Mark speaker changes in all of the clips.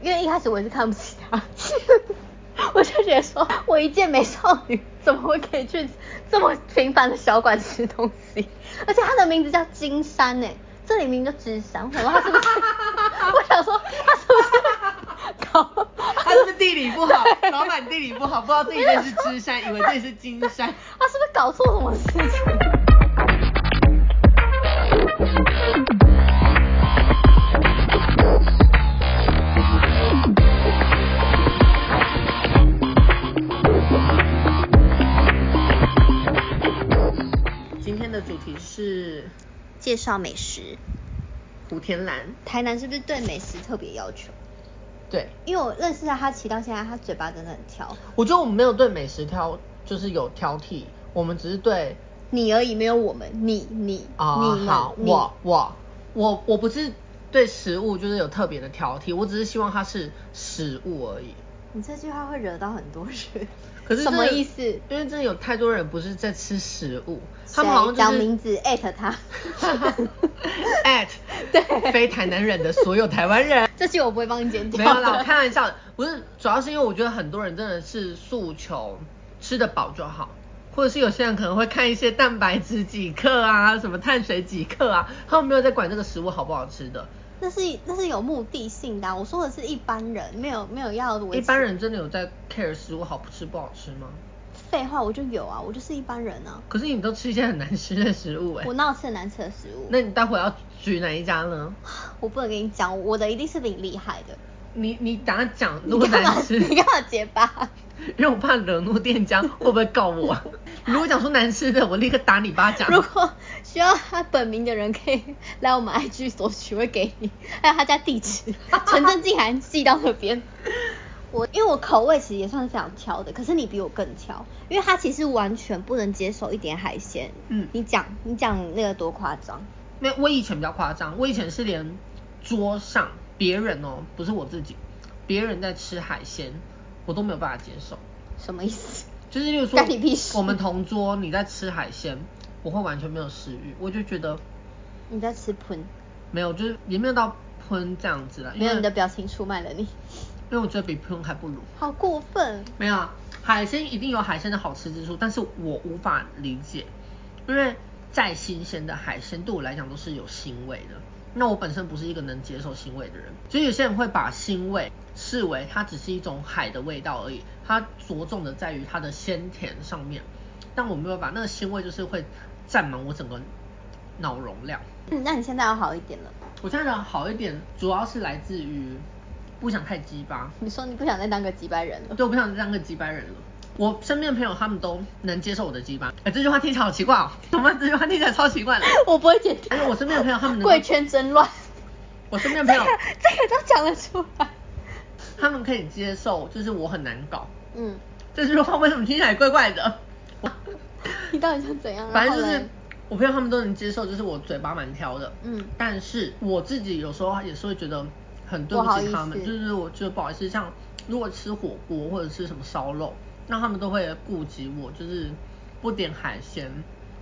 Speaker 1: 因为一开始我也是看不起他， 我就觉得说我一介美少女怎么会可以去这么平凡的小馆吃东西？而且他的名字叫金山呢、欸这里名就芝山，我想说他是不 是？我想说他是不 是搞？
Speaker 2: 他是不是地理不好
Speaker 1: 对，
Speaker 2: 老板地理不好，不知道自己这是芝山，以为自己是金山。
Speaker 1: 他是不是搞错什么事情？
Speaker 2: 今天的主题是
Speaker 1: 介绍美食，
Speaker 2: 古天蓝，
Speaker 1: 台南是不是对美食特别要求？
Speaker 2: 对
Speaker 1: 因为我认识到他骑到现在，他嘴巴真的很挑，
Speaker 2: 我觉得我们没有对美食挑，就是有挑剔，我们只是对
Speaker 1: 你而已，没有我们，你你、
Speaker 2: 哦，
Speaker 1: 你
Speaker 2: 好，
Speaker 1: 们，
Speaker 2: 我我我我不是对食物就是有特别的挑剔，我只是希望它是食物而已。
Speaker 1: 你，你这句话会惹到很多人。
Speaker 2: 可是
Speaker 1: 什么
Speaker 2: 真的
Speaker 1: 意思？
Speaker 2: 因为真的有太多人不是在吃食物，他
Speaker 1: 谁
Speaker 2: 们好像就是
Speaker 1: 讲名字艾特他
Speaker 2: at
Speaker 1: 对
Speaker 2: 非台南人的所有台湾人。
Speaker 1: 这句我不会帮你剪掉
Speaker 2: 没
Speaker 1: 的。
Speaker 2: 有啦，我开玩笑的，不是，主要是因为我觉得很多人真的是诉求吃得饱就好，或者是有些人可能会看一些蛋白质几克啊，什么碳水几克啊，他们没有在管这个食物好不好吃的。
Speaker 1: 那是那是有目的性的啊、我说的是一般人，没有没有要维持
Speaker 2: 一般人真的有在 care 食物好不吃不好吃吗？
Speaker 1: 废话，我就有啊，我就是一般人啊，
Speaker 2: 可是你都吃一些很难吃的食物哎、
Speaker 1: 我哪有吃很难吃的食物？
Speaker 2: 那你待会要举哪一家呢？
Speaker 1: 我不能跟你讲，我的一定是比你厉害的。
Speaker 2: 你你等下讲，如
Speaker 1: 你
Speaker 2: 果
Speaker 1: 干嘛
Speaker 2: 难？吃，
Speaker 1: 你干 嘛结巴？
Speaker 2: 因为我怕惹怒店家会不会告我？你如果讲出难吃的，我立刻打你巴 掌。
Speaker 1: 如果需要他本名的人，可以来我们 IG 索取，会给你，还有他家地 址，纯正竟然寄到那边。我因为我口味其实也算是非常挑的，可是你比我更挑，因为他其实完全不能接受一点海鲜。
Speaker 2: 嗯
Speaker 1: 你讲你讲那个多夸张？
Speaker 2: 那我以前比较夸张，我以前是连桌上别人哦，不是我自己，别人在吃海鲜，我都没有办法接受。
Speaker 1: 什么意思？
Speaker 2: 就是例如说
Speaker 1: 干你屁，事
Speaker 2: 我们同桌你在吃海鲜，我会完全没有食欲，我就觉得
Speaker 1: 你在吃喷？
Speaker 2: 没有，就是也没有到喷这样子啦。因
Speaker 1: 没
Speaker 2: 为
Speaker 1: 有，你的表情出卖了你，
Speaker 2: 因为我觉得比喷还不如。
Speaker 1: 好过分！
Speaker 2: 没有啊，海鲜一定有海鲜的好吃之处，但是我无法理解，因为再新鲜的海鲜对我来讲都是有腥味的。那我本身不是一个能接受腥味的人，所以有些人会把腥味视为它只是一种海的味道而已，它着重的在于它的鲜甜上面。但我没有把那个腥味就是会占满我整个脑容量。
Speaker 1: 嗯，那你现在要好一点了。
Speaker 2: 我现在的好一点，主要是来自于不想太鸡巴，
Speaker 1: 你说你不想再当个几百人了？
Speaker 2: 对，我不想当个鸡掰人了。我身边的朋友他们都能接受我的鸡掰，哎、这句话听起来好奇怪哦，怎么这句话听起来超奇怪的？
Speaker 1: 我不会剪掉。
Speaker 2: 哎我身边的朋友他们能够
Speaker 1: 贵圈真乱。
Speaker 2: 我身边的朋友
Speaker 1: 这个 这个都讲得出来。
Speaker 2: 他们可以接受，就是我很难搞。
Speaker 1: 嗯，
Speaker 2: 这句话为什么听起来怪怪的？
Speaker 1: 你到底想怎样？
Speaker 2: 反正就
Speaker 1: 然后
Speaker 2: 是
Speaker 1: 嘞
Speaker 2: 我朋友他们都能接受，就是我嘴巴蛮挑的，
Speaker 1: 嗯
Speaker 2: 但是我自己有时候也是会觉得很对
Speaker 1: 不好
Speaker 2: 起
Speaker 1: 意
Speaker 2: 他们，
Speaker 1: 思
Speaker 2: 就是我觉得不好意思，像如果吃火锅或者吃什么烧肉，那他们都会顾及我，就是不点海鲜，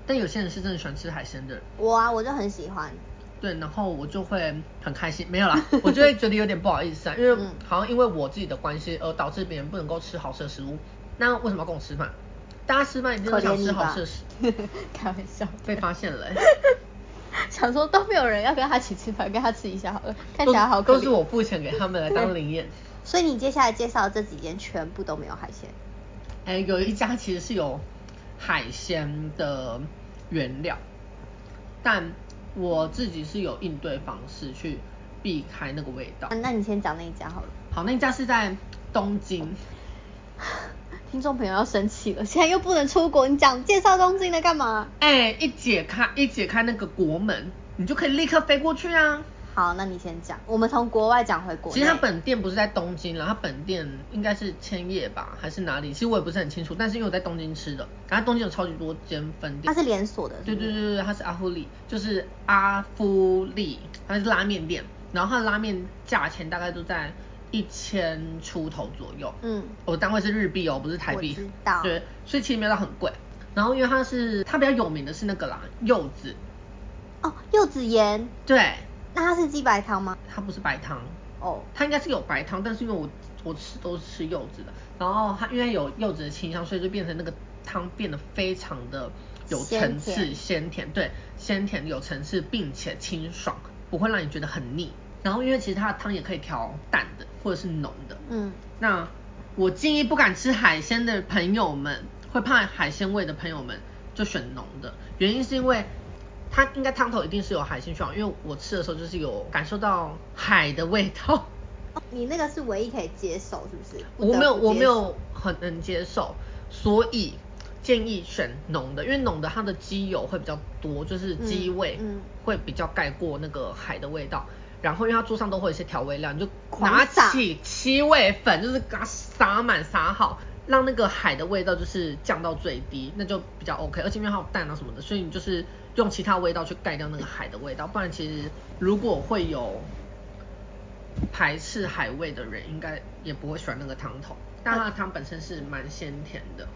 Speaker 2: 但有些人是真的喜欢吃海鲜的人。
Speaker 1: 我啊，我就很喜欢。
Speaker 2: 对，然后我就会很开心，没 有啦，我就会觉得有点不好意思啊，因为
Speaker 1: 嗯
Speaker 2: 好像因为我自己的关系而呃导致别人不能够吃好吃的食物，那为什么要跟我吃饭？大家吃饭一定
Speaker 1: 可
Speaker 2: 都
Speaker 1: 怜
Speaker 2: 想吃
Speaker 1: 你
Speaker 2: 好
Speaker 1: 吧
Speaker 2: 吃的食，
Speaker 1: 开玩笑。
Speaker 2: 被发现了欸、
Speaker 1: 想说都没有人要跟他一起吃饭，跟他吃一下好了，看起来好可
Speaker 2: 都
Speaker 1: 怜。
Speaker 2: 是我付钱给他们来当零演。
Speaker 1: 所以你接下来介绍的这几间全部都没有海鲜。
Speaker 2: 哎、有一家其实是有海鲜的原料，但我自己是有应对方式去避开那个味道
Speaker 1: 啊。那你先讲那一家好了。
Speaker 2: 好，那一家是在东京，
Speaker 1: 听众朋友要生气了，现在又不能出国，你讲介绍东京的干嘛？
Speaker 2: 哎、一解开一解开那个国门，你就可以立刻飞过去啊。
Speaker 1: 好，那你先讲。我们从国外讲回国内。
Speaker 2: 其实它本店不是在东京啦，它本店应该是千叶吧，还是哪里？其实我也不是很清楚，但是因为我在东京吃的，然后东京有超级多间分店。
Speaker 1: 它是连锁的是
Speaker 2: 对
Speaker 1: 不是
Speaker 2: 对对对，它是阿夫利，就是阿夫利，它是拉面店，然后它的拉面价钱大概都在一千出头左右。
Speaker 1: 嗯
Speaker 2: 我单位是日币哦，不是台币。
Speaker 1: 我知道
Speaker 2: 对，所以其实没有到很贵。然后因为它是它比较有名的是那个啦，柚子。
Speaker 1: 哦，柚子盐。
Speaker 2: 对，
Speaker 1: 那它是鸡白汤吗？
Speaker 2: 它不是白汤，
Speaker 1: 哦
Speaker 2: 它应该是有白糖，但是因为我我吃都是吃柚子的，然后它因为有柚子的清香，所以就变成那个汤变得非常的有层次、
Speaker 1: 鲜甜
Speaker 2: 鲜甜对，鲜甜有层次，并且清爽，不会让你觉得很腻。然后因为其实它的汤也可以调淡的或者是浓的，
Speaker 1: 嗯，
Speaker 2: 那我建议不敢吃海鲜的朋友们，会怕海鲜味的朋友们，就选浓的。原因是因为它应该汤头一定是有海鲜去因为我吃的时候就是有感受到海的味道。
Speaker 1: 哦你那个是唯一可以接受，是不是？不
Speaker 2: 我
Speaker 1: 得
Speaker 2: 没有，
Speaker 1: 不
Speaker 2: 我
Speaker 1: 接
Speaker 2: 没
Speaker 1: 受
Speaker 2: 有很能接受，所以建议选浓的，因为浓的它的鸡油会比较多，就是鸡
Speaker 1: 嗯
Speaker 2: 味
Speaker 1: 嗯
Speaker 2: 会比较盖过那个海的味道。然后因为它桌上都会有一些调味料，你就
Speaker 1: 狂
Speaker 2: 拿
Speaker 1: 撒
Speaker 2: 起七味粉，就是给它撒满撒好，让那个海的味道就是降到最低，那就比较 OK。而且因为它有蛋啊什么的，所以你就是用其他味道去盖掉那个海的味道，不然其实如果会有排斥海味的人，应该也不会喜欢那个汤头。但它的汤本身是蛮鲜甜的，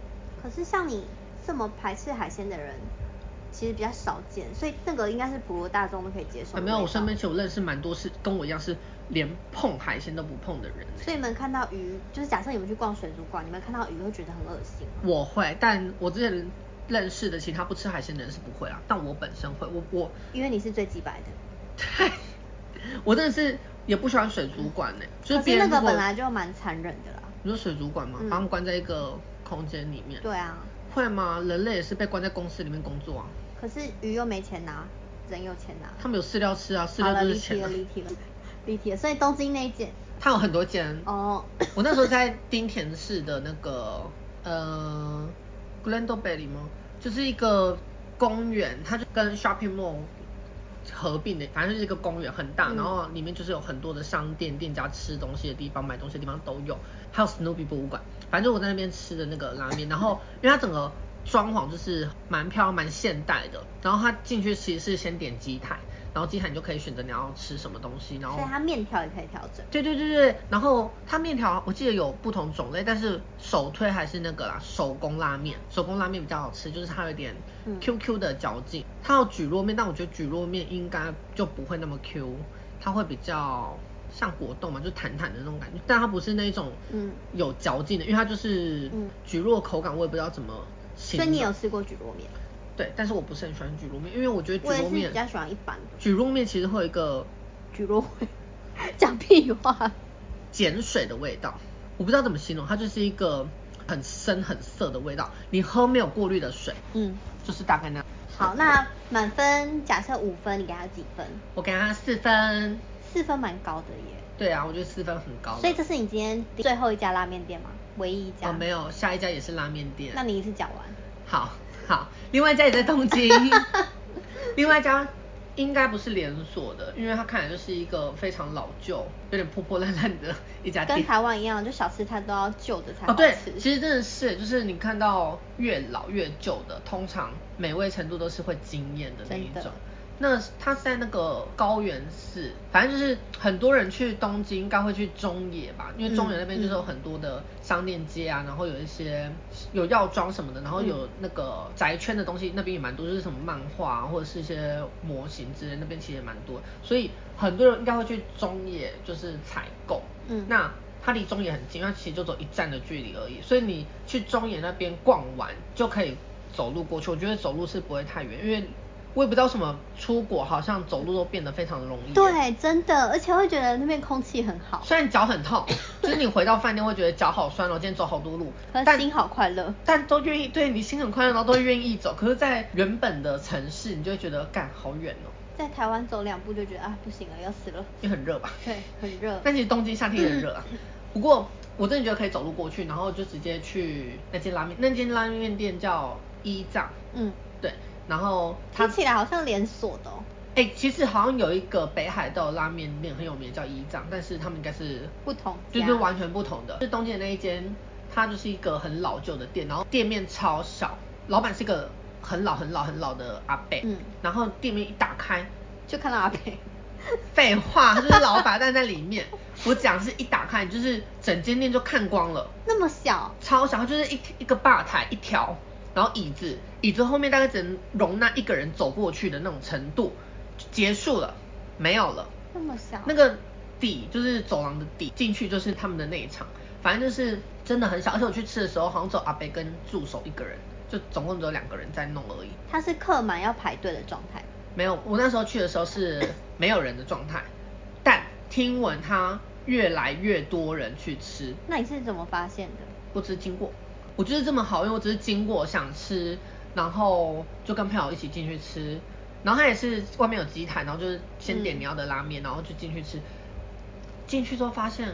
Speaker 1: 可是像你这么排斥海鲜的人，其实比较少见，所以那个应该是普罗大众都可以接受的味道。
Speaker 2: 还哎没有我身边其实我认识蛮多是跟我一样是连碰海鲜都不碰的人欸、
Speaker 1: 所以你们看到鱼，就是假设你们去逛水族馆，你们看到鱼会觉得很恶心吗？
Speaker 2: 我会，但我之前认识的其他不吃海鲜的人是不会啊，但我本身会，我我
Speaker 1: 因为你是最鸡白的。
Speaker 2: 对，我真的是也不喜欢水族馆呢、就是
Speaker 1: 嗯可
Speaker 2: 别
Speaker 1: 是那
Speaker 2: 人
Speaker 1: 个
Speaker 2: 如果
Speaker 1: 本来就蛮残忍的啦。
Speaker 2: 你说水族馆吗？
Speaker 1: 嗯
Speaker 2: 把他们关在一个空间里面，
Speaker 1: 对啊，
Speaker 2: 会吗？人类也是被关在公司里面工作啊，
Speaker 1: 可是鱼又没钱拿，人有钱拿。
Speaker 2: 他们有饲料吃啊，饲
Speaker 1: 好
Speaker 2: 料
Speaker 1: 了，
Speaker 2: 就
Speaker 1: 离
Speaker 2: 是
Speaker 1: 题
Speaker 2: 钱、
Speaker 1: 了，
Speaker 2: 啊。
Speaker 1: 离题了，离题了。所以东京那一件，
Speaker 2: 它有很多间
Speaker 1: 哦
Speaker 2: 我那时候在丁田市的那个呃 Glendale Valley 吗？就是一个公园，它就跟 shopping mall 合并的，反正就是一个公园很大，
Speaker 1: 嗯
Speaker 2: 然后里面就是有很多的商店、店家吃东西的地方、买东西的地方都有，还有 Snoopy 博物馆。反正我在那边吃的那个拉面，然后因为它整个装潢就是蛮漂亮、蛮现代的，然后它进去其实是先点机台，然后机台你就可以选择你要吃什么东西，然后
Speaker 1: 所以它面条也可以调整。
Speaker 2: 对对对对，然后它面条我记得有不同种类，但是首推还是那个啦，手工拉面，手工拉面比较好吃，就是它有点
Speaker 1: 嗯
Speaker 2: Q Q 的嚼劲。它有蒟蒻面，但我觉得蒟蒻面应该就不会那么 Q，它会比较像果冻嘛，就弹弹的那种感觉，但它不是那种
Speaker 1: 嗯
Speaker 2: 有嚼劲的，因为它就是
Speaker 1: 嗯
Speaker 2: 蒟蒻口感，我也不知道怎么形
Speaker 1: 所
Speaker 2: 容。
Speaker 1: 以你有吃过蒟蒻面？
Speaker 2: 对，但是我不是很喜欢蒟蒻面，因为我觉得
Speaker 1: 我也
Speaker 2: 蒟
Speaker 1: 是
Speaker 2: 蒻面
Speaker 1: 比较喜欢一般的
Speaker 2: 蒟蒻面其实会有一个
Speaker 1: 蒟蒻会 讲屁话。
Speaker 2: 碱水的味道，我不知道怎么形容，它就是一个很深很涩的味道。你喝没有过滤的水，
Speaker 1: 嗯，
Speaker 2: 就是大概那样。
Speaker 1: 好，那满分假设五分，你给他几分？
Speaker 2: 我给它四分。
Speaker 1: 四分蛮高的耶。
Speaker 2: 对啊，我觉得四分很高了。
Speaker 1: 所以这是你今天最后一家拉面店吗？唯一一家？
Speaker 2: 哦没。有，下一家也是拉面店。
Speaker 1: 那你一次讲完。
Speaker 2: 好好，另外一家也在 东京，另外一家应该不是连锁的，因为它看起来就是一个非常老旧、有点破破烂烂的一家店。
Speaker 1: 跟台湾一样，就小吃摊都要旧的才
Speaker 2: 哦，
Speaker 1: 好
Speaker 2: 对
Speaker 1: 吃。，
Speaker 2: 其实真的是，就是你看到越老越旧的，通常美味程度都是会惊艳的那一
Speaker 1: 真
Speaker 2: 种
Speaker 1: 的。
Speaker 2: 那它是在那个高原寺，反正就是很多人去东京应该会去中野吧，因为中野那
Speaker 1: 嗯
Speaker 2: 边就是有很多的商店街啊，然后有一些有药妆什么的，然
Speaker 1: 嗯
Speaker 2: 后有那个宅圈的东西，那边也蛮多，就是什么漫画、啊、或者是一些模型之类，那边其实也蛮多，所以很多人应该会去中野就是采购。
Speaker 1: 嗯
Speaker 2: 那它离中野很近，它其实就走一站的距离而已，所以你去中野那边逛完就可以走路过去。我觉得走路是不会太远，因为我也不知道为什么出国好像走路都变得非常容易。
Speaker 1: 对，，真的，而且会觉得那边空气很好，
Speaker 2: 虽然脚很痛， 就是你回到饭店会觉得脚好酸哦，今天走好多路，
Speaker 1: 可
Speaker 2: 但
Speaker 1: 是心好快乐。
Speaker 2: 但都愿意对你心很快乐，然后都愿意走。可是，在原本的城市，你就会觉得干好远哦，
Speaker 1: 在台湾走两步就觉得啊不行了，要死了。
Speaker 2: 也很热吧？
Speaker 1: 对，很热。
Speaker 2: 但其实东京夏天也 很热啊。不过我真的觉得可以走路过去，然后就直接去那间拉面，那间拉面店叫伊藏，
Speaker 1: 嗯，
Speaker 2: 对，然后它
Speaker 1: 听起来好像连锁的哦，
Speaker 2: 哎、其实好像有一个北海道拉面店很有名，叫伊藏，但是他们应该是
Speaker 1: 不同
Speaker 2: 就
Speaker 1: 家
Speaker 2: 是完全不同的。就是东京的那一间，它就是一个很老旧的店，然后店面超小，老板是一个很老很老很老的阿伯，
Speaker 1: 嗯
Speaker 2: 然后店面一打开，
Speaker 1: 就看到阿北。
Speaker 2: 废话，他就是老板但在里 面。我讲是一打开，就是整间店就看光了，
Speaker 1: 那么小，
Speaker 2: 超小，它就是一一个吧台一条，然后椅子，椅子后面大概只能容纳一个人走过去的那种程度，就结束了，没有了。
Speaker 1: 那么小，
Speaker 2: 那个地，就是走廊的地，进去就是他们的内场，反正就是真的很小，而且我去吃的时候好像只有阿北跟助手一个人，就总共只有两个人在弄而已。
Speaker 1: 它是客满要排队的状态。
Speaker 2: 没有，我那时候去的时候是没有人的状态，但听闻他越来越多人去吃，
Speaker 1: 那你是怎么发现的？
Speaker 2: 不知经过，我就是这么好，因为我只是经过想吃，然后就跟朋友一起进去吃，然后他也是外面有鸡摊，然后就是先点
Speaker 1: 嗯
Speaker 2: 你要的拉面，然后就进去吃，进去之后发现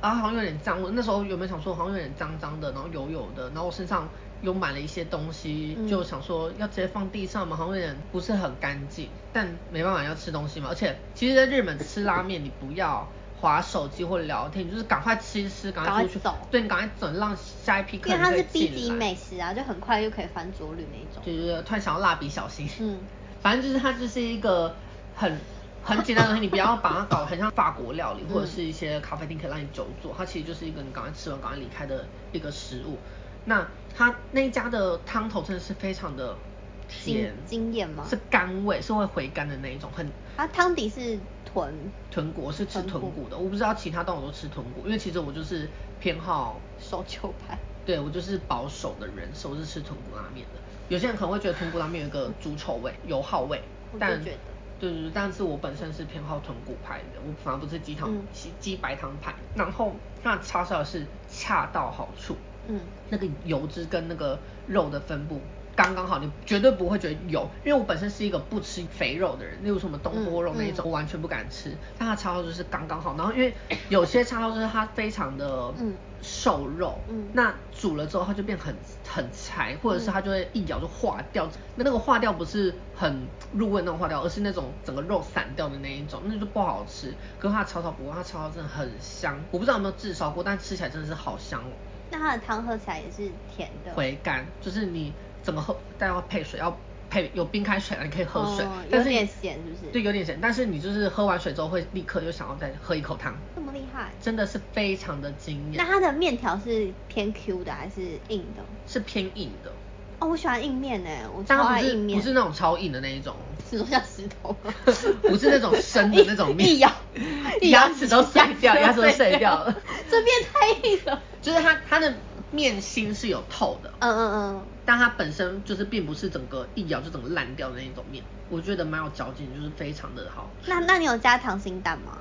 Speaker 2: 啊好像有点脏，我那时候有没有想说好像有点脏脏的，然后油油的，然后我身上有满了一些东西，
Speaker 1: 嗯
Speaker 2: 就想说要直接放地上嘛，好像有点不是很干净，但没办法要吃东西嘛，而且其实在日本吃拉面你不要。划手机或聊天，你就是赶快吃一吃，赶
Speaker 1: 赶
Speaker 2: 快
Speaker 1: 快
Speaker 2: 出去，
Speaker 1: 走
Speaker 2: 对你赶快走，让下一批客
Speaker 1: 因为
Speaker 2: 人
Speaker 1: 它
Speaker 2: 可以
Speaker 1: 是 B
Speaker 2: 进
Speaker 1: 级
Speaker 2: 来
Speaker 1: 美食啊，就很快就可以翻桌率那一种。
Speaker 2: 就是突然想要蜡笔小新，
Speaker 1: 嗯，
Speaker 2: 反正就是它就是一个很很简单的东西，你不要把它搞得很像法国 料理
Speaker 1: 嗯
Speaker 2: 或者是一些咖啡厅可以让你久坐，它其实就是一个你赶快吃完赶快离开的一个食物。那它那一家的汤头真的是非常的甜，
Speaker 1: 惊惊艳吗
Speaker 2: 是甘味，是会回甘的那一种，很
Speaker 1: 它汤底是豚
Speaker 2: 豚骨我是吃豚
Speaker 1: 豚骨
Speaker 2: 骨的，我不知道其他，但我都吃豚骨，因为其实我就是偏好
Speaker 1: 手球派，
Speaker 2: 对我就是保守的人，所以我是吃豚骨拉面的。有些人可能会觉得豚骨拉面有一个猪臭味、油耗味
Speaker 1: 我，就
Speaker 2: 但
Speaker 1: 觉得
Speaker 2: 对对对，但是我本身是偏好豚骨派的，我反而不是鸡汤
Speaker 1: 嗯
Speaker 2: 鸡鸡白汤派。然后那叉烧是恰到好处，
Speaker 1: 嗯，
Speaker 2: 那个油脂跟那个肉的分布。刚刚好，你绝对不会觉得油，因为我本身是一个不吃肥肉的人，例如什么东坡肉那一种，
Speaker 1: 嗯嗯
Speaker 2: 我完全不敢吃。但它叉烧就是刚刚好，然后因为有些叉烧就是它非常的
Speaker 1: 嗯
Speaker 2: 瘦肉，
Speaker 1: 嗯
Speaker 2: 那煮了之后它就变很很柴，或者是它就会一咬就化掉。那那个化掉不是很入味那种化掉，而是那种整个肉散掉的那一种，那就不好吃。可是它的叉烧不会，它叉烧真的很香，我不知道有没有炙烧过，但吃起来真的是好香哦。
Speaker 1: 那它的汤喝起来也是甜的。
Speaker 2: 回甘，就是你怎么喝，但要配水，要配有冰开水啊，你可以喝水，
Speaker 1: 哦
Speaker 2: 但是
Speaker 1: 有点咸是不是
Speaker 2: 对，有点咸，但是你就是喝完水之后会立刻就想要再喝一口汤，
Speaker 1: 这么厉害？
Speaker 2: 真的是非常的惊艳。
Speaker 1: 那它的面条是偏 Q 的还是硬的？
Speaker 2: 是偏硬的，
Speaker 1: 哦，我喜欢硬面呢，我
Speaker 2: 但
Speaker 1: 超
Speaker 2: 它不
Speaker 1: 爱
Speaker 2: 是
Speaker 1: 硬面。
Speaker 2: 不是那种超硬的那一种，，
Speaker 1: 石头像石头吗
Speaker 2: 不是那种生的那种面
Speaker 1: 一一咬，一咬
Speaker 2: 牙齿都碎掉牙齿都碎掉了
Speaker 1: 这边太硬了。
Speaker 2: 就是它它的面心是有透的，
Speaker 1: 嗯嗯
Speaker 2: 但它本身就是并不是整个一咬就整个烂掉的那一种面，我觉得蛮有嚼劲，就是非常的好
Speaker 1: 嗯，
Speaker 2: 吃。
Speaker 1: 那那你有加溏心蛋吗？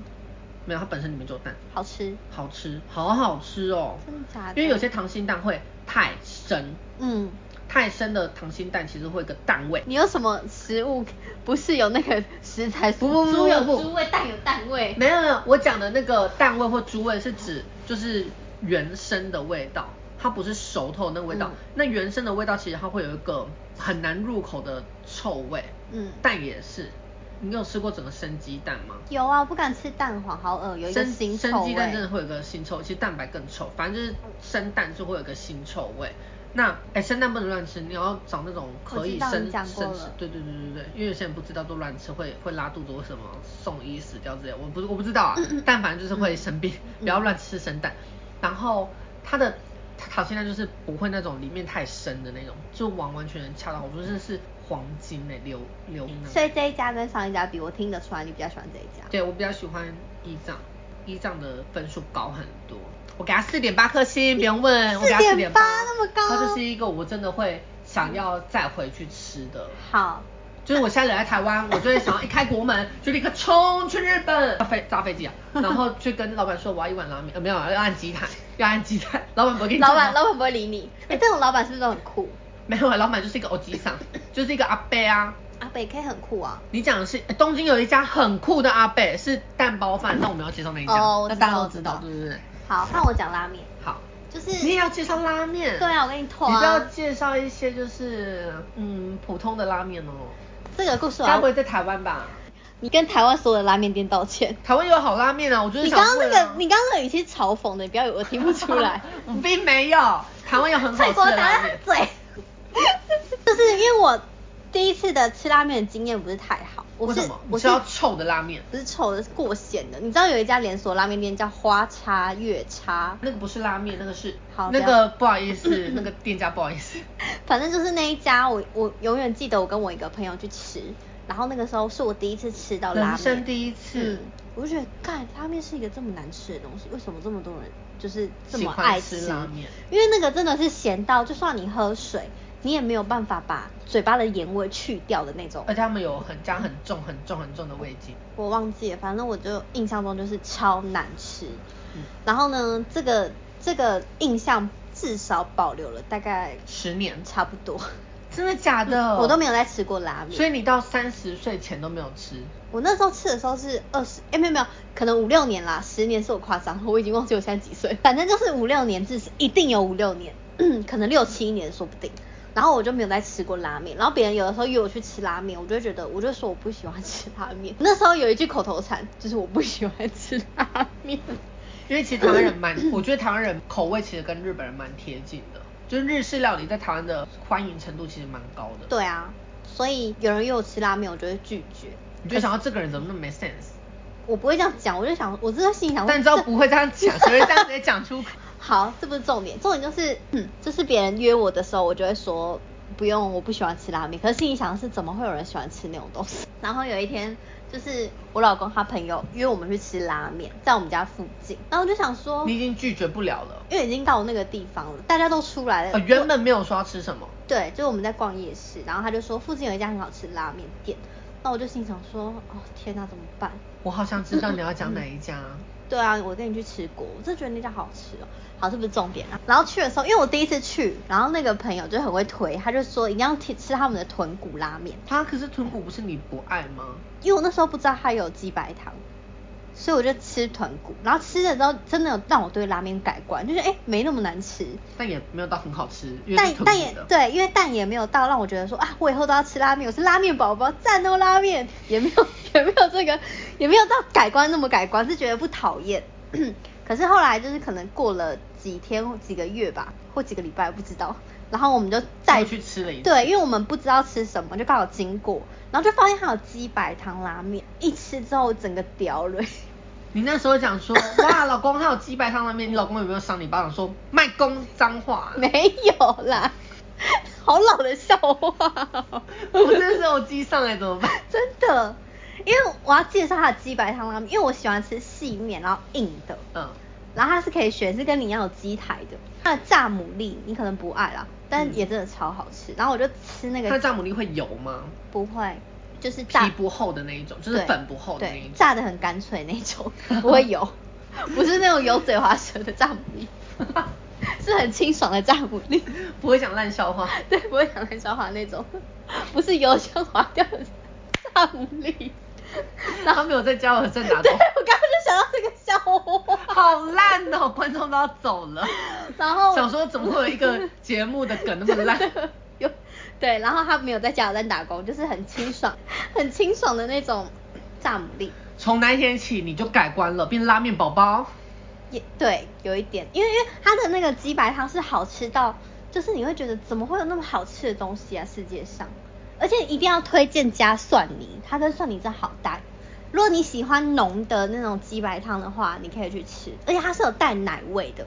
Speaker 2: 没有，它本身里面就有蛋，
Speaker 1: 好吃。
Speaker 2: 好吃，好好吃哦！
Speaker 1: 真的假的
Speaker 2: 因为有些溏心蛋会太深，
Speaker 1: 嗯，
Speaker 2: 太深的溏心蛋其实会有一个蛋味。
Speaker 1: 你有什么食物不是有那个食材？
Speaker 2: 不不不
Speaker 1: 猪有
Speaker 2: 不不
Speaker 1: 猪味，蛋有蛋味。
Speaker 2: 没有没有，我讲的那个蛋味或猪味是指就是原生的味道，它不是熟透的那个味道。
Speaker 1: 嗯
Speaker 2: 那原生的味道其实它会有一个很难入口的臭味。
Speaker 1: 嗯
Speaker 2: 蛋也是。你有吃过整个生鸡蛋吗？
Speaker 1: 有啊，我不敢吃蛋黄，好恶，呃有一个
Speaker 2: 生
Speaker 1: 腥
Speaker 2: 生
Speaker 1: 臭
Speaker 2: 鸡
Speaker 1: 味。
Speaker 2: 蛋真的会有一个腥臭，其实蛋白更臭，反正就是生蛋就会有一个腥臭味。那哎，生蛋不能乱吃，你要找那种可
Speaker 1: 我知
Speaker 2: 以
Speaker 1: 道
Speaker 2: 生
Speaker 1: 你讲过
Speaker 2: 生
Speaker 1: 了
Speaker 2: 食，对对对对对，因为有些人不知道都乱吃会会拉肚子或什么送医死掉之类的，我不我不知道 啊，但反正就是会生病，
Speaker 1: 嗯
Speaker 2: 不要乱吃生蛋。然后它的它现在就是不会那种里面太深的那种，就完完全全恰到好处，这是黄金哎、流流明啊
Speaker 1: 所以这一家跟上一家比，我听得出来你比较喜欢这一家。
Speaker 2: 对我比较喜欢一藏，一藏的分数高很多，我给他四点八颗星，不用问，我给他四
Speaker 1: 4.8
Speaker 2: 八，
Speaker 1: 那么高
Speaker 2: 它就是一个我真的会想要再回去吃的。
Speaker 1: 好，
Speaker 2: 就是我现在人在台湾，我就会想要一开国门就立刻冲去日 本，搭飞搭飞机啊，然后去跟老板说我要一碗拉面，呃没有啊，要按鸡蛋，要按鸡蛋，老板不会给你
Speaker 1: 老
Speaker 2: 看
Speaker 1: 板
Speaker 2: 吗
Speaker 1: 老板不会理你。哎、这种老板是不是都很酷？
Speaker 2: 没有啊，老板就是一个欧吉桑，就是一个阿伯啊，
Speaker 1: 阿北 K 很酷啊。
Speaker 2: 你讲的是、欸东京有一家很酷的阿贝是蛋包饭，那我们要介绍那一家，
Speaker 1: 哦我
Speaker 2: 那
Speaker 1: 知
Speaker 2: 大家
Speaker 1: 道
Speaker 2: 都
Speaker 1: 我
Speaker 2: 知
Speaker 1: 知
Speaker 2: 道，
Speaker 1: 道
Speaker 2: 对不对？
Speaker 1: 好，换我讲拉面，
Speaker 2: 好，
Speaker 1: 就是
Speaker 2: 你也要介绍拉面？
Speaker 1: 对啊我跟你透啊
Speaker 2: 你不要介绍一些就是嗯普通的拉面哦，
Speaker 1: 这个故事我
Speaker 2: 该
Speaker 1: 要
Speaker 2: 不会在台湾吧？
Speaker 1: 你跟台湾所有的拉面店道歉。
Speaker 2: 台湾有好拉面啊，我就是
Speaker 1: 你
Speaker 2: 想
Speaker 1: 刚刚那
Speaker 2: 问
Speaker 1: 个
Speaker 2: 啊，
Speaker 1: 你嗯刚刚那个语气嘲讽的，你不要以为我听不出 来。
Speaker 2: 我并没有，台湾有很好
Speaker 1: 蔡
Speaker 2: 啊吃
Speaker 1: 国
Speaker 2: 的
Speaker 1: 达
Speaker 2: 拉面。
Speaker 1: 嘴，就是因为我第一次的吃拉面的经验不是太好，我
Speaker 2: 为
Speaker 1: 是
Speaker 2: 什么？
Speaker 1: 我
Speaker 2: 你
Speaker 1: 是
Speaker 2: 是要臭的拉面，
Speaker 1: 不是臭的，是过咸的。你知道有一家连锁拉面店叫花叉月叉，
Speaker 2: 那个不是拉面，那个是
Speaker 1: 好
Speaker 2: 那
Speaker 1: 不要
Speaker 2: 个不好意思，那个店家不好意思。
Speaker 1: 反正就是那一家，我我永远记得我跟我一个朋友去吃，然后那个时候是我第一次吃到拉面，
Speaker 2: 人生第一次
Speaker 1: 嗯我就觉得干拉面是一个这么难吃的东西，为什么这么多人就是这
Speaker 2: 喜
Speaker 1: 么
Speaker 2: 欢
Speaker 1: 爱
Speaker 2: 吃拉面
Speaker 1: 因为那个真的是咸到，就算你喝水，你也没有办法把嘴巴的盐味去掉的那种
Speaker 2: 而。且他们有很加很重、很重、很重的味精。
Speaker 1: 我忘记了，反正我就印象中就是超难吃。
Speaker 2: 嗯
Speaker 1: 然后呢，这个这个印象至少保留了大概
Speaker 2: 十年
Speaker 1: 差不多。
Speaker 2: 真的假的？
Speaker 1: 嗯我都没有再吃过拉面
Speaker 2: 所以你到三十岁前都没有吃，
Speaker 1: 我那时候吃的时候是二十，哎，没有没有，可能五六年啦，十年是我夸张了， 我已经忘记我现在几岁，反正就是五六年至少一定有五六年， 可能六七年说不定。然后我就没有再吃过拉面，然后别人有的时候约我去吃拉面，我就会觉得，我就说我不喜欢吃拉面。 那时候有一句口头禅，就是我不喜欢吃拉面。
Speaker 2: 因为其实台湾人蛮， 我觉得台湾人口味其实跟日本人蛮贴近的，就是日式料理在台湾的欢迎程度其实蛮高的。，
Speaker 1: 对啊，所以有人约我吃拉面，我就会拒绝。
Speaker 2: 你就想到这个人怎么那么没 sense，
Speaker 1: 我不会这样讲，我就想，我真的心里想说，
Speaker 2: 但你知道
Speaker 1: 这
Speaker 2: 不会这样 讲，所以这样直接讲出口。
Speaker 1: 好，这不是重点，重点就是，嗯，就是别人约我的时候，我就会说不用，我不喜欢吃拉面。可是心里想的是，怎么会有人喜欢吃那种东西？ 然后有一天，就是我老公他朋友约我们去吃拉面，在我们家附近。然后我就想说，
Speaker 2: 你已
Speaker 1: 因
Speaker 2: 经拒绝不了了。
Speaker 1: 为已经到那个地方了，大家都出来了。
Speaker 2: 呃，原本没有说要吃什么，
Speaker 1: 对，就是我们在逛夜市，然后他就说附近有一家很好吃的拉面店。那我就心想说，哦天哪，怎么办？
Speaker 2: 我好想知道你要讲哪一家。
Speaker 1: 对啊，我跟你去吃过，我真的觉得那家好吃哦。好，这不是重点啊。然后去的时候，因为我第一次去，然后那个朋友就很会推，他就说一定要吃吃他们的豚骨拉面，
Speaker 2: 他可是豚骨不是你不爱吗？
Speaker 1: 因为我那时候不知道它有鸡白汤，所以我就吃豚骨，然后吃了之后真的有让我对拉面改观，就是哎没那么难吃，
Speaker 2: 但也没有到很好吃，因为
Speaker 1: 但
Speaker 2: 是豚
Speaker 1: 但
Speaker 2: 骨
Speaker 1: 也
Speaker 2: 的。
Speaker 1: 对，因为但也没有到让我觉得说啊，我以后都要吃拉面，我是拉面宝宝，战斗拉面，也没有 也没有这个，也没有到改观那么改观，是觉得不讨厌。可是后来就是可能过了几天或几个月吧，或几个礼拜，我不知道。然后我们就再
Speaker 2: 又去吃了一次
Speaker 1: 对，因为我们不知道吃什么，就刚好经过，然后就发现它有鸡白汤拉面，一吃之后整个屌了。
Speaker 2: 你那时候讲说，哇，老公还有鸡白汤拉面，你老公有没有赏你巴掌说卖公脏话？
Speaker 1: 没有啦，好老的笑话 哦、
Speaker 2: 我那时候鸡上来怎么办？
Speaker 1: 真的，因为我要介绍它的鸡白汤拉面，因为我喜欢吃细面，然后硬的，
Speaker 2: 嗯，
Speaker 1: 然后它是可以选是跟你一样有鸡台的。它的炸牡蛎你可能不爱啦，但也真的超好吃。然后我就吃那个，
Speaker 2: 嗯那炸牡蛎会油吗？
Speaker 1: 不会，就是炸
Speaker 2: 皮不厚的那一种，就是
Speaker 1: 对
Speaker 2: 粉不厚的那一
Speaker 1: 对
Speaker 2: 种。
Speaker 1: 炸的很干脆那种，不会 油，不是那种油嘴滑舌的炸牡蛎，是很清爽的炸牡蛎。
Speaker 2: 不会讲烂笑话。
Speaker 1: 对，不会讲蓝小华那种，不是油腔滑调的大牡蛎。 然后
Speaker 2: 他没有在教我在 哪
Speaker 1: 对，
Speaker 2: 懂
Speaker 1: 我刚刚就想到这个笑话。
Speaker 2: 好烂哦，观众都要走了。
Speaker 1: 然后
Speaker 2: 想说怎么会有一 个节目的梗那么烂？
Speaker 1: 有对，然后他没有在加油站打工，就是很清爽、很清爽的那种炸牡蛎。
Speaker 2: 从那一天起你就改观了，变拉面宝宝。
Speaker 1: 也对，有一点，因为因为它的那个鸡白汤是好吃到，就是你会觉得怎么会有那么好吃的东西啊？世界上，而且一定要推荐加蒜泥，它跟蒜泥真好搭。如果你喜欢浓的那种鸡白汤的话，你可以去吃，而且它是有带奶味的，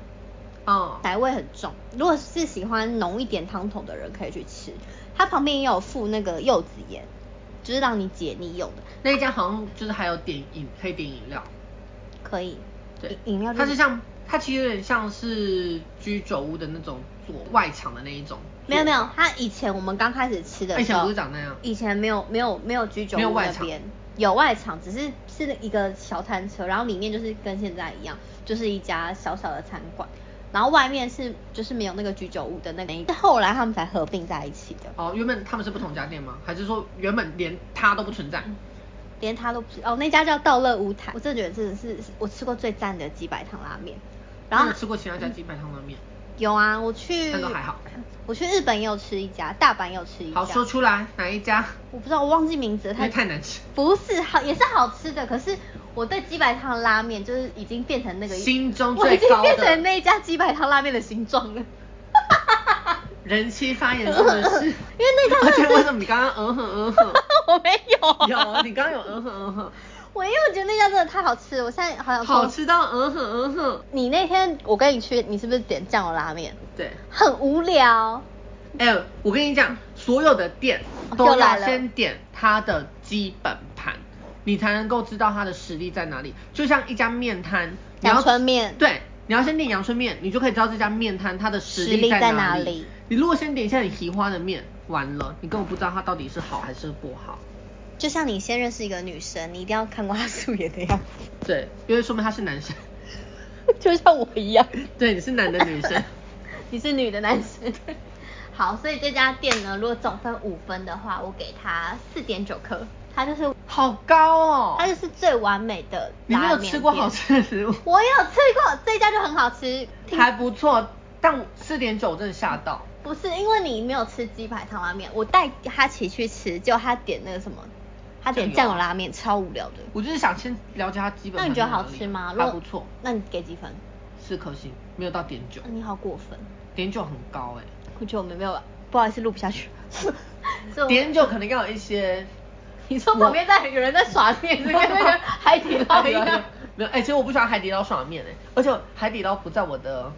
Speaker 2: 嗯，
Speaker 1: 奶味很重。如果是喜欢浓一点汤头的人，可以去吃。它旁边也有附那个柚子盐，就是让你解腻用的，
Speaker 2: 那一家好像就是还有点饮，可以点饮料。
Speaker 1: 可以。
Speaker 2: 对，
Speaker 1: 饮饮料、
Speaker 2: 它是像它其实有点像是居酒屋的那种做外场的那一种。
Speaker 1: 没有没有，它以前我们刚开始吃的时候，
Speaker 2: 哎以前不是长那样
Speaker 1: 以前没有没有没有居酒
Speaker 2: 没有
Speaker 1: 屋
Speaker 2: 外
Speaker 1: 那
Speaker 2: 场
Speaker 1: 边有外场，只是是一个小餐车，然后里面就是跟现在一样，就是一家小小的餐馆，然后外面是就是没有那个居酒屋的那个，是后来他们才合并在一起的，
Speaker 2: 哦，原本他们是不同家店吗？还是说原本连它都不存在？
Speaker 1: 连他都不是哦，那家叫道乐乌台，我真的觉得真的是我吃过最赞的鸡白汤拉面，然
Speaker 2: 那
Speaker 1: 后
Speaker 2: 你吃过其他家鸡白汤拉面？
Speaker 1: 有啊，我去
Speaker 2: 但都还好
Speaker 1: 我去日本也有吃一家，大阪也有嗯吃一家，
Speaker 2: 好，说出来哪一家？
Speaker 1: 我不知道，我忘记名字了，
Speaker 2: 因为太难吃。
Speaker 1: 不是好，也是好吃的，可是我对鸡白汤拉面就是已经变成那个
Speaker 2: 心中
Speaker 1: 我
Speaker 2: 最
Speaker 1: 已经
Speaker 2: 高的
Speaker 1: 变成那一家鸡白汤拉面的形状了。
Speaker 2: 人气发言真的 是，
Speaker 1: 因为那家
Speaker 2: 而
Speaker 1: 真
Speaker 2: 且
Speaker 1: 的是
Speaker 2: 为什么你刚刚嗯哼嗯哼？
Speaker 1: 我没有啊、
Speaker 2: 有，你刚刚有嗯哼嗯哼，
Speaker 1: 我因为我觉得那家真的太好吃了，我现在好想说
Speaker 2: 好吃。到嗯哼嗯哼。
Speaker 1: 你那天我跟你去，你是不是点酱油拉面？
Speaker 2: 对，
Speaker 1: 很无聊。
Speaker 2: 哎、我跟你讲，所有的店
Speaker 1: 哦
Speaker 2: 都
Speaker 1: 又来
Speaker 2: 要
Speaker 1: 了
Speaker 2: 先点它的基本盘，你才能够知道它的实力在哪里。就像一家面摊，你要
Speaker 1: 阳春面，
Speaker 2: 对，你要先点阳春面，你就可以知道这家面摊它的实
Speaker 1: 实力在
Speaker 2: 在
Speaker 1: 哪
Speaker 2: 里。
Speaker 1: 里
Speaker 2: 你如果先点一下你提花的面，完了，你根本不知道它到底是好还是不好。
Speaker 1: 就像你先认识一个女生，你一定要看过她素颜的样 子，
Speaker 2: 对，因为说明他是男生，
Speaker 1: 就像我一样。
Speaker 2: 对，你是男的女生，
Speaker 1: 你是女的男生。 好，所以这家店呢，如果总分五分的话，我给它四点九颗，它就是
Speaker 2: 好高哦。
Speaker 1: 它就是最完美的
Speaker 2: 你没
Speaker 1: 拉
Speaker 2: 有
Speaker 1: 面
Speaker 2: 吃过
Speaker 1: 店
Speaker 2: 好吃的食物？
Speaker 1: 我有吃过，这家就很好吃。
Speaker 2: 还不错，但四点九真的吓到。
Speaker 1: 不是因为你没有吃鸡排汤拉面，我带哈奇去吃，就他点那个什么，他点
Speaker 2: 酱
Speaker 1: 酱
Speaker 2: 油
Speaker 1: 油拉面，超无聊的。
Speaker 2: 我就是想先了解它基本
Speaker 1: 那
Speaker 2: 盘
Speaker 1: 你觉得
Speaker 2: 在哪
Speaker 1: 好
Speaker 2: 里
Speaker 1: 吃吗？如
Speaker 2: 还
Speaker 1: 果
Speaker 2: 不错，
Speaker 1: 那你给几分？
Speaker 2: 四颗星，没有到点九
Speaker 1: 啊，你好过分，
Speaker 2: 点九很高哎、
Speaker 1: 我觉得我们没有，不好意思录不下 去。所以我
Speaker 2: 点九可能要有一些，
Speaker 1: 你说旁边在有人在耍面，就跟那 个海底捞一
Speaker 2: 有有
Speaker 1: 样
Speaker 2: 有。没有哎、其实我不喜欢海底捞爽面哎、而且海底捞不在我的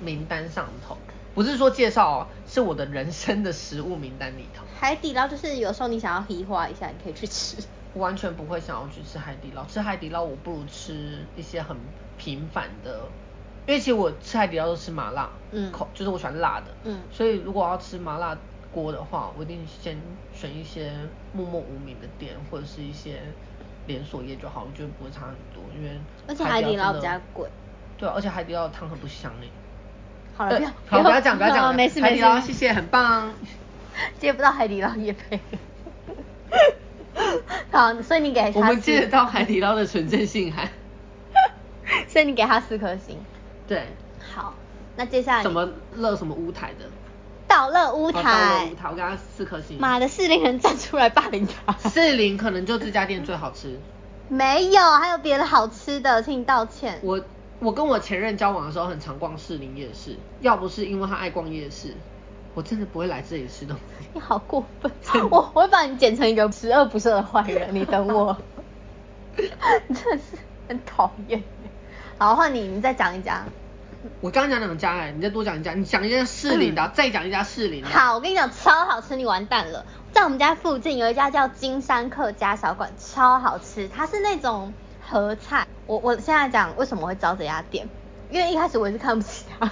Speaker 2: 名单上头，不是说介绍哦，是我的人生的食物名单里头，
Speaker 1: 海底捞就是有时候你想要黑化一下，你可以去吃。
Speaker 2: 我完全不会想要去吃海底捞，吃海底捞我不如吃一些很平凡的，因为其实我吃海底捞都吃麻辣，
Speaker 1: 嗯
Speaker 2: 口就是我喜欢辣的，
Speaker 1: 嗯
Speaker 2: 所以如果要吃麻辣锅的话，我一定先选一些默默无名的店，或者是一些连锁业就好，我觉得不会差很多，因为
Speaker 1: 而且海底捞
Speaker 2: 真的
Speaker 1: 比较贵。
Speaker 2: 对啊、而且海底捞的汤很不香哎、
Speaker 1: 好了，
Speaker 2: 呃
Speaker 1: 不要
Speaker 2: 好不要讲不要讲 了，
Speaker 1: 没事
Speaker 2: 海
Speaker 1: 没
Speaker 2: 底
Speaker 1: 事
Speaker 2: 捞，谢谢，很棒。
Speaker 1: 接不到海底捞夜配。 好，所以你给他
Speaker 2: 我们
Speaker 1: 四
Speaker 2: 接得到海底捞的纯正性还，
Speaker 1: 所以你给他四颗星。
Speaker 2: 对，
Speaker 1: 好，那接下来你
Speaker 2: 什么乐什么乌台的。
Speaker 1: 到了乌
Speaker 2: 哦到了
Speaker 1: 台
Speaker 2: 乌，台，我给他四颗星。
Speaker 1: 妈的，四零人站出来霸凌他。
Speaker 2: 四零可能就这家店最好吃。
Speaker 1: 没有，还有别的好吃的，请你道歉。
Speaker 2: 我我跟我前任交往的时候，很常逛士林夜市，要不是因为他爱逛夜市，我真的不会来这里吃东西。
Speaker 1: 你好过分！ 我我会把你剪成一个十恶不赦的坏人，你等我。你真的是很讨厌。好，换你，你再讲一讲。
Speaker 2: 我刚刚讲两家哎、你再多讲一家，你讲一家士林 的啊，再讲一家士林的。，
Speaker 1: 好，我跟你讲，超好吃，你完蛋了。在我们家附近有一家叫金山客家小馆，超好吃，它是那种合菜。我我现在讲为什么会招这家店，因为一开始我也是看不起它，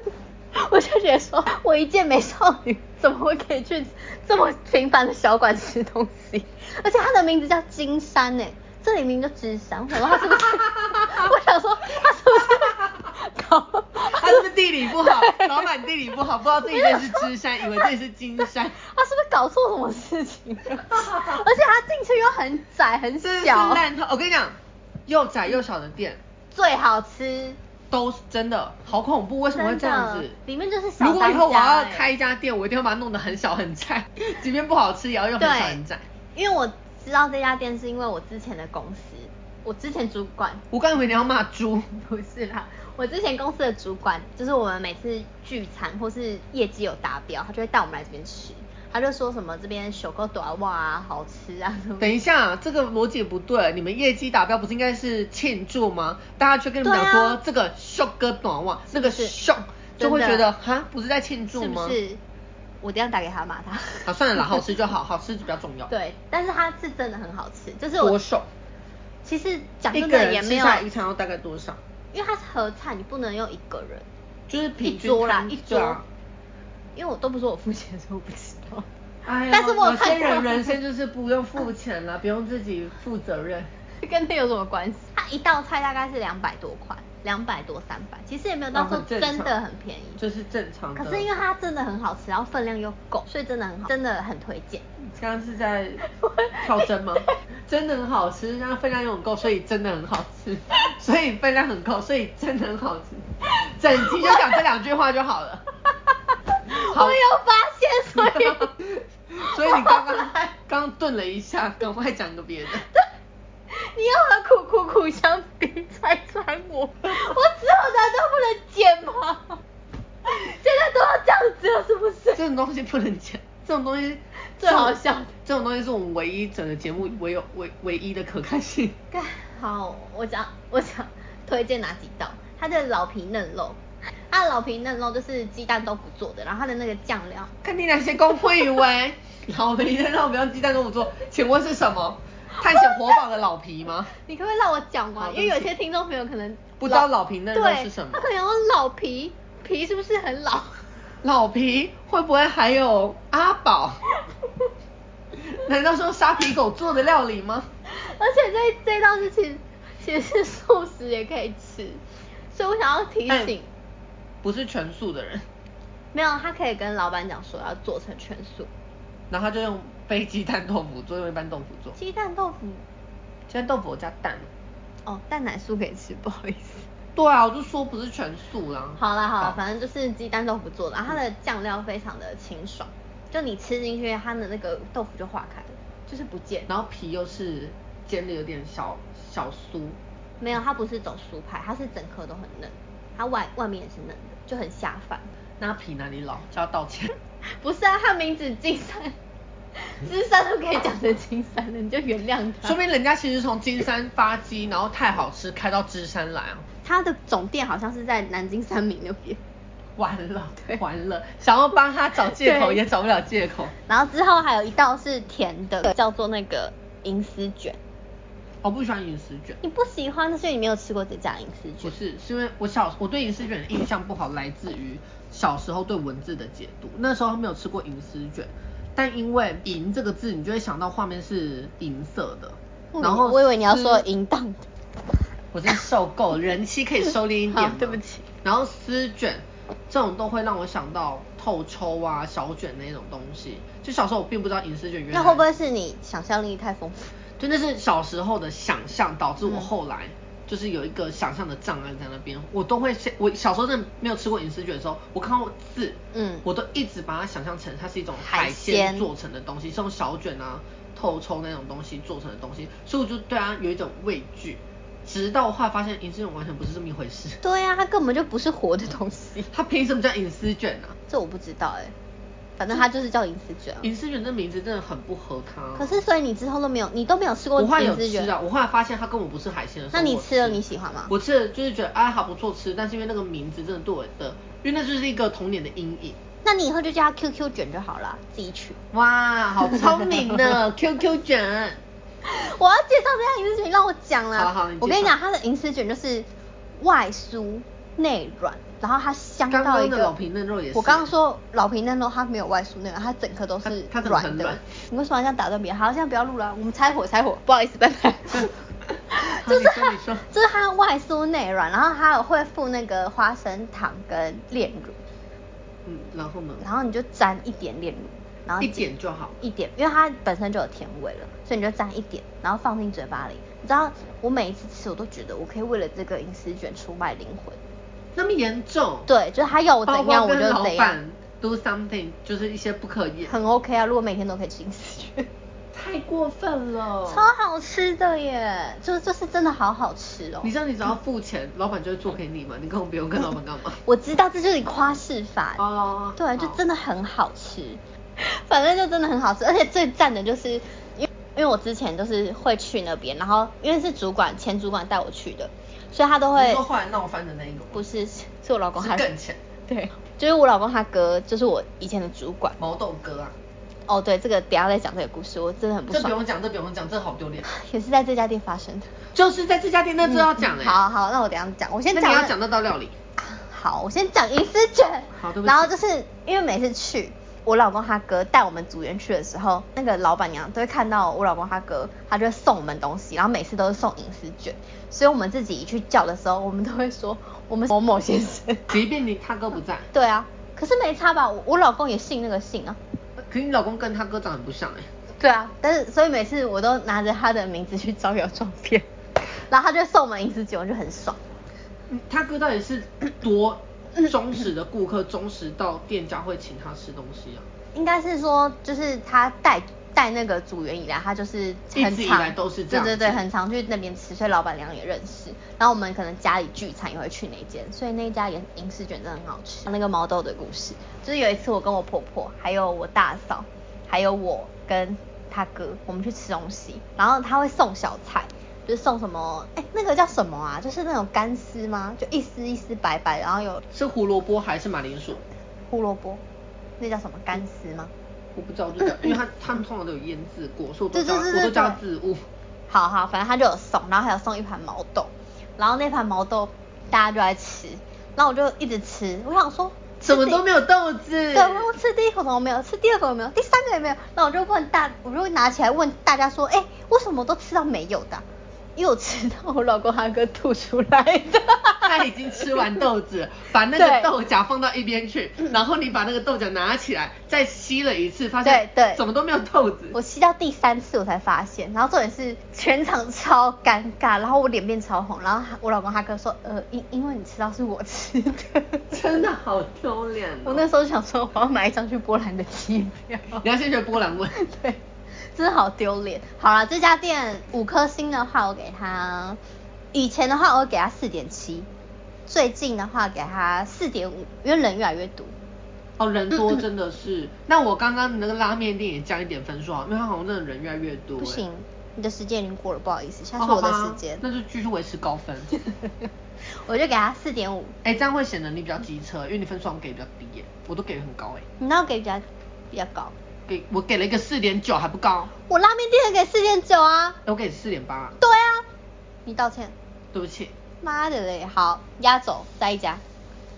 Speaker 1: 我就觉得说，我一介美少女怎么会可以去这么平凡的小馆吃东西？而且它的名字叫金山呢、这里名就芝山，我想说它是不是？ 我想说它是不是搞？
Speaker 2: 他是不是地理不好？老板地理不好，不知道自己这里是芝山，以为这里是金山。
Speaker 1: 他是不是搞错什么事情了？而且他进去又很窄很
Speaker 2: 真的是
Speaker 1: 小，
Speaker 2: 烂透！我跟你讲，又窄又小的店
Speaker 1: 最好吃。
Speaker 2: 都是真的好恐怖，为什么会这样
Speaker 1: 真
Speaker 2: 子
Speaker 1: 的？里面就是小
Speaker 2: 如果以后我
Speaker 1: 当家
Speaker 2: 要
Speaker 1: 欸
Speaker 2: 开一家店，我一定要把它弄得很小很窄， 即便不好吃也要用很小很窄。
Speaker 1: 因为我知道这家店是因为我之前的公司，我之前主管
Speaker 2: 我刚以为你要骂猪，
Speaker 1: 不是啦，我之前公司的主管，就是我们每次聚餐或是业绩有达标，他就会带我们来这边吃。他就说什么这边小狗短袜啊，好吃啊什么。
Speaker 2: 等一下，这个逻辑不对。你们业绩达标不是应该是庆祝吗？大家却跟你们讲
Speaker 1: 对
Speaker 2: 说、
Speaker 1: 啊
Speaker 2: 这个 shock 哥短袜，那个
Speaker 1: 是
Speaker 2: shock 就会
Speaker 1: 真
Speaker 2: 觉
Speaker 1: 的
Speaker 2: 得哈不是在庆祝
Speaker 1: 是
Speaker 2: 吗？
Speaker 1: 不是？我等一下打给他骂他。
Speaker 2: 啊，算 了啦，好吃就好，好吃比较重要。，
Speaker 1: 对，但是它是真的很好吃，就是
Speaker 2: 多
Speaker 1: 我
Speaker 2: 少？
Speaker 1: 其实讲
Speaker 2: 一
Speaker 1: 真
Speaker 2: 个
Speaker 1: 的也
Speaker 2: 人吃
Speaker 1: 没有
Speaker 2: 下，来一餐要大概多少？
Speaker 1: 因为它是合菜，你不能用一个人，
Speaker 2: 就是平
Speaker 1: 一
Speaker 2: 均
Speaker 1: 桌啦
Speaker 2: 摊，
Speaker 1: 一
Speaker 2: 对
Speaker 1: 桌
Speaker 2: 啊。
Speaker 1: 因为我都不是我付钱，所以我不知道。
Speaker 2: 哎呀
Speaker 1: 但是我
Speaker 2: 有
Speaker 1: 看
Speaker 2: 些
Speaker 1: 过
Speaker 2: 人人生就是不用付钱了，不用自己负责任。
Speaker 1: 跟那有什么关系？它一道菜大概是两百多块，两百多三百，其实 也没有到
Speaker 2: 哦
Speaker 1: 说
Speaker 2: 很正
Speaker 1: 真的
Speaker 2: 常
Speaker 1: 很便宜。
Speaker 2: 就是正常的。
Speaker 1: 可是因为它真的很好吃，然后分量又够，所以真的很好，真的很推荐。
Speaker 2: 刚刚是在 跳针吗？真的很好吃，然后分量又很够，所以真的很好 吃，所以分量很够，所以真的很好吃。整集就讲这两句话就好了。 好
Speaker 1: 我有发现，所以
Speaker 2: 所以你刚刚刚顿了一下，赶快讲 个别的。
Speaker 1: 你又和苦苦苦相比拆穿我，我之后难道不能剪吗？ 现在都要这样子了，是不
Speaker 2: 这
Speaker 1: 是？
Speaker 2: 种东西不能讲，这种东西
Speaker 1: 最好笑的
Speaker 2: 这种东西是我们唯一整个节目唯有唯唯一的可看性。
Speaker 1: 干好，我讲我讲推荐哪几道？它的老皮嫩肉，啊它的老皮嫩肉就是鸡蛋都不做的，然后它的那个酱料，
Speaker 2: 看你俩先公会员，老皮再让我们用鸡蛋跟我做，请问是什么？探险活宝的老皮吗？
Speaker 1: 你可不可以让我讲
Speaker 2: 好
Speaker 1: 完？因
Speaker 2: 对
Speaker 1: 为
Speaker 2: 不
Speaker 1: 有
Speaker 2: 起
Speaker 1: 些听众朋友可能
Speaker 2: 不知道老皮嫩肉
Speaker 1: 对
Speaker 2: 是什么
Speaker 1: 他可能有老皮皮是不是很老？
Speaker 2: 老皮会不会还有阿宝？难道说沙皮狗做的料理吗？
Speaker 1: 而且这这道是其实其实是素食也可以吃，所以我想要提
Speaker 2: 哎
Speaker 1: 醒，
Speaker 2: 不是全素的人，
Speaker 1: 没有他可以跟老板讲说要做成全素，
Speaker 2: 然后他就用非鸡蛋豆腐做，用一般豆腐做。鸡
Speaker 1: 鸡蛋豆腐
Speaker 2: 蛋豆腐我加蛋。
Speaker 1: 哦蛋奶酥可以吃，不好意思。
Speaker 2: 对啊，我就说不是全素啦。
Speaker 1: 好啦好啦，反
Speaker 2: 正
Speaker 1: 正就是鸡蛋豆腐做
Speaker 2: 嗯
Speaker 1: 的，然后它的酱料非常的清爽，就你吃进去，它的那个豆腐就化开了，就是不见。
Speaker 2: 然后皮又是煎的有点小小酥，
Speaker 1: 没有，它不是走酥派，它是整颗都很嫩，它外外面也是嫩的，就很下饭。
Speaker 2: 那皮哪里老就要道歉。
Speaker 1: 不是啊，它名字金 山，金山都可以讲成金山了，你就原谅它。
Speaker 2: 说明人家其实从金山发鸡，然后太好吃开到芝山来啊。
Speaker 1: 它的总店好像是在南京三明那边，
Speaker 2: 完了
Speaker 1: 对，
Speaker 2: 完了，想要帮他找借口
Speaker 1: 对
Speaker 2: 也找不了借口。
Speaker 1: 然后之后还有一道是甜的，叫做那个银丝卷。
Speaker 2: 我不喜欢银丝卷，
Speaker 1: 你不喜欢，所以你没有吃过这家银丝
Speaker 2: 不
Speaker 1: 卷。
Speaker 2: 是，是因为我小我对银丝卷的印象不好，来自于小时候对文字的解读。那时候没有吃过银丝卷，但因为“银”这个字，你就会想到画面是银色的。
Speaker 1: 嗯
Speaker 2: 然后
Speaker 1: 我以为你要说
Speaker 2: 丝
Speaker 1: 淫荡的。
Speaker 2: 我真受够了，人气可以收敛一点吗
Speaker 1: 好对不起。
Speaker 2: 然后丝卷这种都会让我想到透抽啊、小卷那种东西。就小时候我并不知道银丝卷原来
Speaker 1: 那会不会是你想象力太丰富？
Speaker 2: 就那是小时候的想象，导致我
Speaker 1: 嗯
Speaker 2: 后来就是有一个想象的障碍在那边。我都会先，我小时候真的没有吃过饮食卷的时候，我看到字，
Speaker 1: 嗯
Speaker 2: 我都一直把它想象成它是一种
Speaker 1: 海
Speaker 2: 海鲜
Speaker 1: 鲜
Speaker 2: 做成的东西，这种小卷啊、透抽那种东西做成的东西，所以我就对它有一种畏惧。直到我后来发现，银丝卷完全不是这么一回事。
Speaker 1: 对呀、它根本就不是活的东西。
Speaker 2: 它凭什么叫银丝卷啊呢、
Speaker 1: 这我不知道哎、反正它就是叫银丝卷啊
Speaker 2: 啊？。银丝卷这名字真的很不合它、
Speaker 1: 可是所以你之后都没有，你都没有吃过
Speaker 2: 我后来有
Speaker 1: 银丝
Speaker 2: 吃
Speaker 1: 卷
Speaker 2: 啊，我后来发现它根本不是海鲜的时候
Speaker 1: 那你
Speaker 2: 我
Speaker 1: 吃了你喜欢吗
Speaker 2: 我吃了就是觉得哎好不错吃，但是因为那个名字真的对我的，因为那就是一个童年的阴影。
Speaker 1: 那你以后就叫它 QQ 卷就好了，自己取。
Speaker 2: 哇，好聪明
Speaker 1: 啊
Speaker 2: 呢，QQ 卷。
Speaker 1: 我要介绍这家银丝卷，你让我讲啦。
Speaker 2: 好好你介绍
Speaker 1: 我跟你讲，它的银丝卷就是外酥内软，然后它香
Speaker 2: 刚
Speaker 1: 到
Speaker 2: 刚
Speaker 1: 一个。
Speaker 2: 的老皮嫩肉也是
Speaker 1: 我刚刚说老皮嫩肉它没有外酥内软，它整颗都是
Speaker 2: 它它整个
Speaker 1: 软
Speaker 2: 很
Speaker 1: 的。
Speaker 2: 软。
Speaker 1: 你为什么要这样打断别人？好，现在不要录了，我们拆火拆火，不好意思，拜 拜就是
Speaker 2: 好
Speaker 1: 它
Speaker 2: 你说你说，
Speaker 1: 就是它外酥内软，然后它有会附那个花生糖跟炼乳，
Speaker 2: 嗯，然后呢？
Speaker 1: 然后你就沾一点炼乳，然后
Speaker 2: 一点就好
Speaker 1: 一点，因为它本身就有甜味了，所以你就沾一点，然后放进嘴巴里。你知道我每一次吃，我都觉得我可以为了这个银丝卷出卖灵魂。
Speaker 2: 那么严重？
Speaker 1: 对，就是他要我怎样我就
Speaker 2: 包括跟
Speaker 1: 怎
Speaker 2: 老
Speaker 1: 样
Speaker 2: 板 do something，就是一些不可言，
Speaker 1: 很 OK 啊，如果每天都可以吃银丝卷，
Speaker 2: 太过分了。
Speaker 1: 超好吃的耶！就就是真的好好吃哦。
Speaker 2: 你知道你只要付钱，老板就会做给你吗？你根本不用跟老板干嘛。
Speaker 1: 我知道这就是你夸饰法
Speaker 2: 哦
Speaker 1: 对，就
Speaker 2: 好
Speaker 1: 真的很好吃，反正就真的很好吃，而且最赞的就是，因为因为我之前就是会去那边，然后因为是主管前主管带我去的，所以他都
Speaker 2: 你
Speaker 1: 会
Speaker 2: 说后来闹翻的那一个吗
Speaker 1: 不是是是我老公
Speaker 2: 是
Speaker 1: 他
Speaker 2: 更浅
Speaker 1: 对，就是我老公他哥就是我以前的主管，
Speaker 2: 毛豆哥啊，
Speaker 1: 哦对，这个等一下再讲这个故事，我真的很不
Speaker 2: 这不
Speaker 1: 爽
Speaker 2: 用，讲，这不用讲，这好丢脸。
Speaker 1: 也是在这家店发生的。嗯
Speaker 2: 就是在这家店，那就要讲哎、
Speaker 1: 好好，那我等一下讲，我先
Speaker 2: 那
Speaker 1: 讲。
Speaker 2: 你要讲那道料理，
Speaker 1: 好，我先讲银丝卷。
Speaker 2: 好对不起
Speaker 1: 然后就是因为每次去，我老公他哥带我们组员去的时候，那个老板娘都会看到我老公他哥，他就会送我们东西，然后每次都是送银丝卷。所以我们自己去叫的时候，我们都会说我们某某先生。
Speaker 2: 即便你他哥不在，
Speaker 1: 对啊，可是没差吧？我我老公也姓那个姓啊。
Speaker 2: 可是你老公跟他哥长得很不像哎、
Speaker 1: 对啊，但是所以每次我都拿着他的名字去招摇撞骗，然后他就送我们银丝卷，我就很爽。
Speaker 2: 嗯他哥到底是多忠实的顾客，忠实到店家会请他吃东西啊？
Speaker 1: 应该是说，就是他带带那个组员以来，他就是很
Speaker 2: 一直以
Speaker 1: 常
Speaker 2: 来都是这样
Speaker 1: 对对对，
Speaker 2: 子
Speaker 1: 很常去那边吃，所以老板娘也认识。然后我们可能家里聚餐也会去那间，所以那家也银丝卷真的很好吃。那个毛豆的故事，就是有一次我跟我婆婆，还有我大嫂，还有我跟他哥，我们去吃东西，然后他会送小菜。就是送什么，哎、那个叫什么啊？就是那种干丝吗？就一丝一丝白白，然后有
Speaker 2: 是胡萝卜还是马铃薯？
Speaker 1: 胡萝卜，那叫什么干丝吗？
Speaker 2: 我不知道，我就叫，因为它他们通常都有腌制过，所以我都
Speaker 1: 对
Speaker 2: 叫
Speaker 1: 嗯对对
Speaker 2: 它
Speaker 1: 对
Speaker 2: 我都叫它
Speaker 1: 对
Speaker 2: 渍物。
Speaker 1: 好好，反正他就有送，然后还有送一盘毛豆，然后那盘毛豆大家就在吃，然后我就一直吃，我想说
Speaker 2: 什么都没
Speaker 1: 有。
Speaker 2: 有豆子，
Speaker 1: 对，我我吃第一口怎么没有，吃第二口也没有，第三个也没有，那我就问大，我就拿起来问大家说，哎、为什么我都吃到没有的啊？因为我吃到我老公他哥吐出来的。
Speaker 2: 他已经吃完豆子，把那
Speaker 1: 对
Speaker 2: 个豆荚放到一边去，
Speaker 1: 嗯
Speaker 2: 然后你把那个豆荚拿起来，再吸了一次，发现
Speaker 1: 对对
Speaker 2: 怎么都没有豆子。
Speaker 1: 我吸到第三次我才发现，然后重点是全场超尴尬，然后我脸变超红，然后他我老公他哥说，呃，因因为你吃到是我吃 的，
Speaker 2: 真的好丢脸、哦。
Speaker 1: 我那时候哦想说我要买一张去波兰的机票，
Speaker 2: 你要先学波兰文，
Speaker 1: 对，真的好丢脸。好了，这家店五颗星的话，我给他，以前的话我会给他四点七，最近的话给他四点五，因为人越来越多。
Speaker 2: 哦，人多真的是。那我刚刚那个拉面店也降一点分数啊，因为它好像真的人越来越多、欸哎
Speaker 1: 不行，，你的时间已经过了，不好意思，
Speaker 2: 哦
Speaker 1: 下次我的
Speaker 2: 好吧
Speaker 1: 时间，
Speaker 2: 那就继续维持高 分。
Speaker 1: 我就给他四点五。
Speaker 2: 哎、这样会显得你比较机车，因为你分数好像给比较低耶、我都给很高哎、
Speaker 1: 你那我给比较比较高，
Speaker 2: 给我给了一个四点九还不高，哎
Speaker 1: 我拉面店也给四点九啊。
Speaker 2: 我给四点八，
Speaker 1: 对啊，你道歉，
Speaker 2: 对不起。
Speaker 1: 妈的嘞！好，压轴再一家，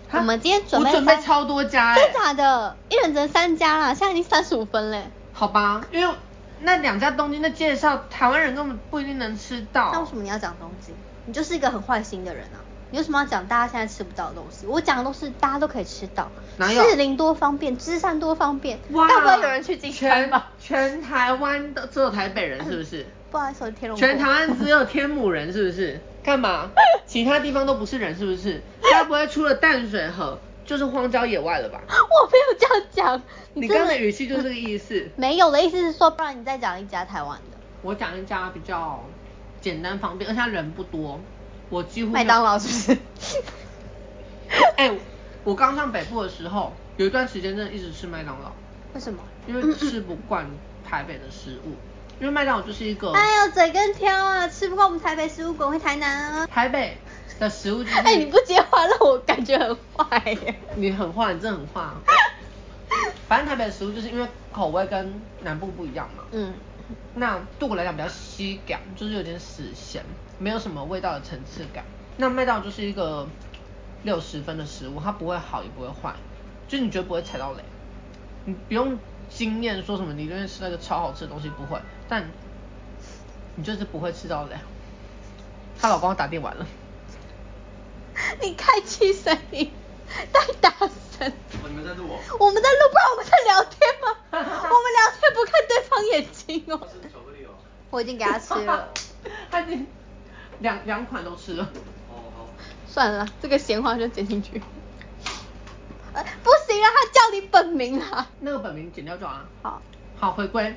Speaker 2: 哈
Speaker 1: 我们今天准备
Speaker 2: 我准备
Speaker 1: 三
Speaker 2: 超多家哎、
Speaker 1: 真假的，一人只能三家啦，现在已经三十五分嘞。
Speaker 2: 好吧，因为那两家东京的介绍，台湾人根本不一定能吃到。
Speaker 1: 那为什么你要讲东西？你就是一个很坏心的人啊！你为什么要讲大家现在吃不到的东西？我讲的都是大家都可以吃到，
Speaker 2: 哪有
Speaker 1: 士林多方便，芝山多方便，
Speaker 2: 哇，
Speaker 1: 该不会有人去金山
Speaker 2: 全
Speaker 1: 吧？
Speaker 2: 全台湾的只有台北人是不是？
Speaker 1: 不好意思，我是天龙国
Speaker 2: 全台湾只有天母人是不 是？干嘛？其他地方都不是人是不是？该不会除了淡水河就是荒郊野外 了吧？
Speaker 1: 我没有这样讲，
Speaker 2: 你
Speaker 1: 真
Speaker 2: 刚刚的语气就是这个意思。
Speaker 1: 没有的意思是说，不然你再讲一家台湾的
Speaker 2: 我讲一家比较简单方便，而且它人不多，我几乎就
Speaker 1: 麦当劳是不是？
Speaker 2: 哎、我刚上北部的时候，有一段时间真的一直吃麦当劳，
Speaker 1: 为什么？
Speaker 2: 因
Speaker 1: 嗯
Speaker 2: 为吃不惯台北的食物，因为麦当劳就是一个
Speaker 1: 哎呦，嘴更挑啊，吃不惯我们台北食物，滚回台南啊！
Speaker 2: 台北的食物就是。
Speaker 1: 哎、你不接话让我感觉很坏耶。
Speaker 2: 你很坏，你真的很坏啊。反正台北的食物就是因为口味跟南部不一样嘛，
Speaker 1: 嗯，
Speaker 2: 那对我来讲比较稀感，就是有点死咸，没有什么味道的层次感。那麦当劳就是一个六十分的食物，它不会好也不会坏，就你绝对不会踩到雷，你不用经验说什么你永远吃那个超好吃的东西不会，但你就是不会吃到雷。她老公打电完了，
Speaker 1: 你开气声音太大声，
Speaker 3: 哦，你们在录我？
Speaker 1: 我们在录，不然我们在聊天 吗？我们聊天不看对方眼睛哦
Speaker 3: 它。是巧克力哦。
Speaker 1: 我已经给他吃 了，
Speaker 2: 他已经两两款都吃了。
Speaker 3: 哦，好。
Speaker 1: 算了，这个闲话就剪进去。呃，不行啊，他叫你本名啊。
Speaker 2: 那个本名剪掉就好了。
Speaker 1: 好，
Speaker 2: 好，回归。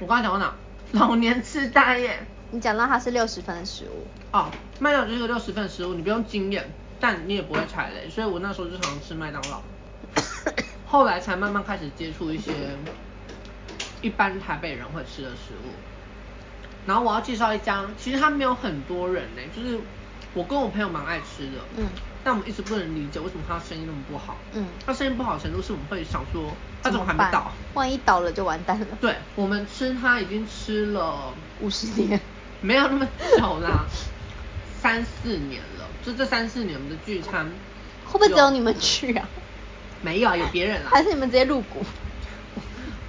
Speaker 2: 我刚才讲到哪？老年痴呆耶。
Speaker 1: 你讲到它是六十分的食物，
Speaker 2: 哦，麦当劳就是个六十份食物，你不用经验，但你也不会踩雷，所以我那时候就常常吃麦当 劳。后来才慢慢开始接触一些一般台北人会吃的食物。然后我要介绍一家，其实它没有很多人呢、就是我跟我朋友蛮爱吃的，
Speaker 1: 嗯
Speaker 2: 但我们一直不能理解为什么他的生意那么不好，
Speaker 1: 嗯
Speaker 2: 他生意不好的程度是我们会想说他怎么还没
Speaker 1: 办
Speaker 2: 倒，
Speaker 1: 万一倒了就完蛋了。
Speaker 2: 对，我们吃它已经吃了
Speaker 1: 五十年。
Speaker 2: 没有那么久啦， 三四年了。就这三四年，我们的聚餐
Speaker 1: 会不会只有你们去啊？
Speaker 2: 没有啊？有别人啦。
Speaker 1: 还是你们直接入股？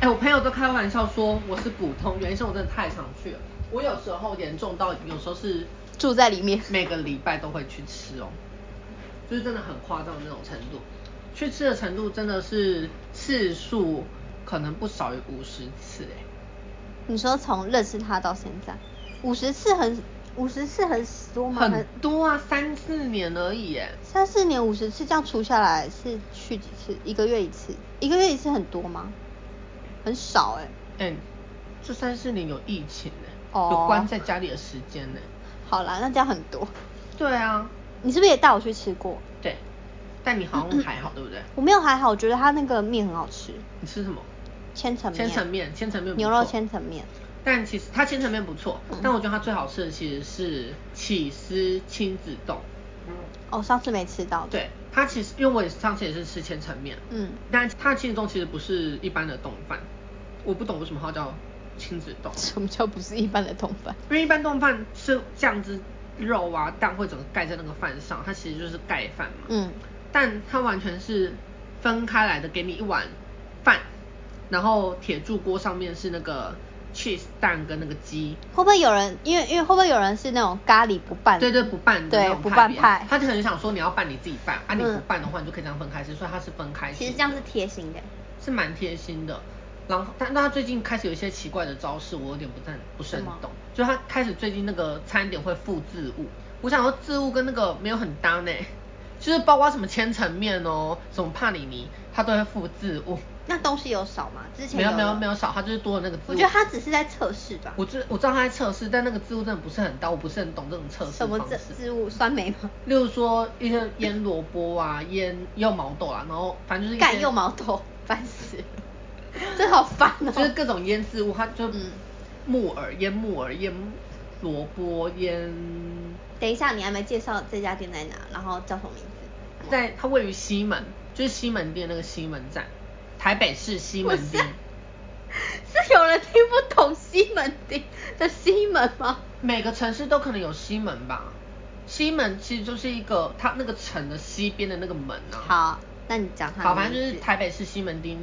Speaker 2: 哎、我朋友都开玩笑说我是股东，原因是我真的太常去了。我有时候严重到有时候是
Speaker 1: 住在里面
Speaker 2: 每个礼拜都会去吃哦，就是真的很夸张的那种程度。去吃的程度真的是次数可能不少于五十次哎、
Speaker 1: 你说从认识他到现在，五十次很五十次很多吗？
Speaker 2: 很多啊，三四年而已哎、
Speaker 1: 三四年五十次这样除下来是去几次？一个月一次？一个月一次很多吗？很少哎、
Speaker 2: 哎、这三四年有疫情呢、
Speaker 1: 哦
Speaker 2: 有关在家里的时间呢、
Speaker 1: 好啦，那这样很多。
Speaker 2: 对啊，
Speaker 1: 你是不是也带我去吃过？
Speaker 2: 对，但你好像还好，对不对？
Speaker 1: 我没有还好，我觉得他那个面很好吃，
Speaker 2: 你吃什么？
Speaker 1: 千层面。
Speaker 2: 千层面，千层面不
Speaker 1: 牛肉
Speaker 2: 错
Speaker 1: 千层面。
Speaker 2: 但其实它千层面不错，
Speaker 1: 嗯
Speaker 2: 但我觉得它最好吃的其实是起司亲子冻。
Speaker 3: 嗯。
Speaker 1: 哦，上次没吃到。
Speaker 2: 对，它其实因为我也上次也是吃千层面，
Speaker 1: 嗯
Speaker 2: 但它的青子冻其实不是一般的冻饭，我不懂为什么它叫亲子 冻，
Speaker 1: 什么叫不是一般的通饭？
Speaker 2: 因为一般冻饭是酱汁、肉啊、蛋会整个盖在那个饭上，它其实就是盖饭嘛。
Speaker 1: 嗯，
Speaker 2: 但它完全是分开来的，给你一碗饭，然后铁柱锅上面是那个 cheese 蛋跟那个鸡，
Speaker 1: 会不会有人因为因为会不会有人是那种咖喱不拌？
Speaker 2: 对对，不拌的那
Speaker 1: 对
Speaker 2: 种
Speaker 1: 不拌
Speaker 2: 别
Speaker 1: 派。
Speaker 2: 他就很想说你要拌你自己拌，啊你不
Speaker 1: 嗯
Speaker 2: 拌的话你就可以这样分开吃，所以它是分开吃的。
Speaker 1: 其实这样是贴心的。
Speaker 2: 是蛮贴心的。然后，但但他最近开始有一些奇怪的招式，我有点不太不是很
Speaker 1: 什么
Speaker 2: 懂。就是他开始最近那个餐点会附字物，我想说字物跟那个没有很搭呢， 就是包括什么千层面哦，什么帕里尼，他都会附字物。
Speaker 1: 那东西有少吗？之前
Speaker 2: 没有没有
Speaker 1: 吗
Speaker 2: 没有，少，他就是多了那个字物。
Speaker 1: 我觉得他只是在测试吧。
Speaker 2: 我知我知道他在测试，但那个字物真的不是很搭，我不是很懂这种测试
Speaker 1: 什么
Speaker 2: 方
Speaker 1: 植
Speaker 2: 式
Speaker 1: 植物酸梅吗？
Speaker 2: 例如说一些腌萝卜啊，腌柚毛豆啊，然后反正就是一
Speaker 1: 干
Speaker 2: 些
Speaker 1: 又毛豆，烦死了，真好烦哦。
Speaker 2: 就是各种腌制物，它就
Speaker 1: 嗯
Speaker 2: 木耳腌木耳腌萝卜腌，
Speaker 1: 等一下，你还没介绍这家店在哪，然后叫什么名字？
Speaker 2: 在它位于西门，就是西门店那个西门站，台北市西门
Speaker 1: 不是
Speaker 2: 町。
Speaker 1: 是有人听不懂西门町的西门吗？
Speaker 2: 每个城市都可能有西门吧，西门其实就是一个它那个城的西边的那个门啊。
Speaker 1: 好，那你讲他。
Speaker 2: 好，反正就是台北市西门町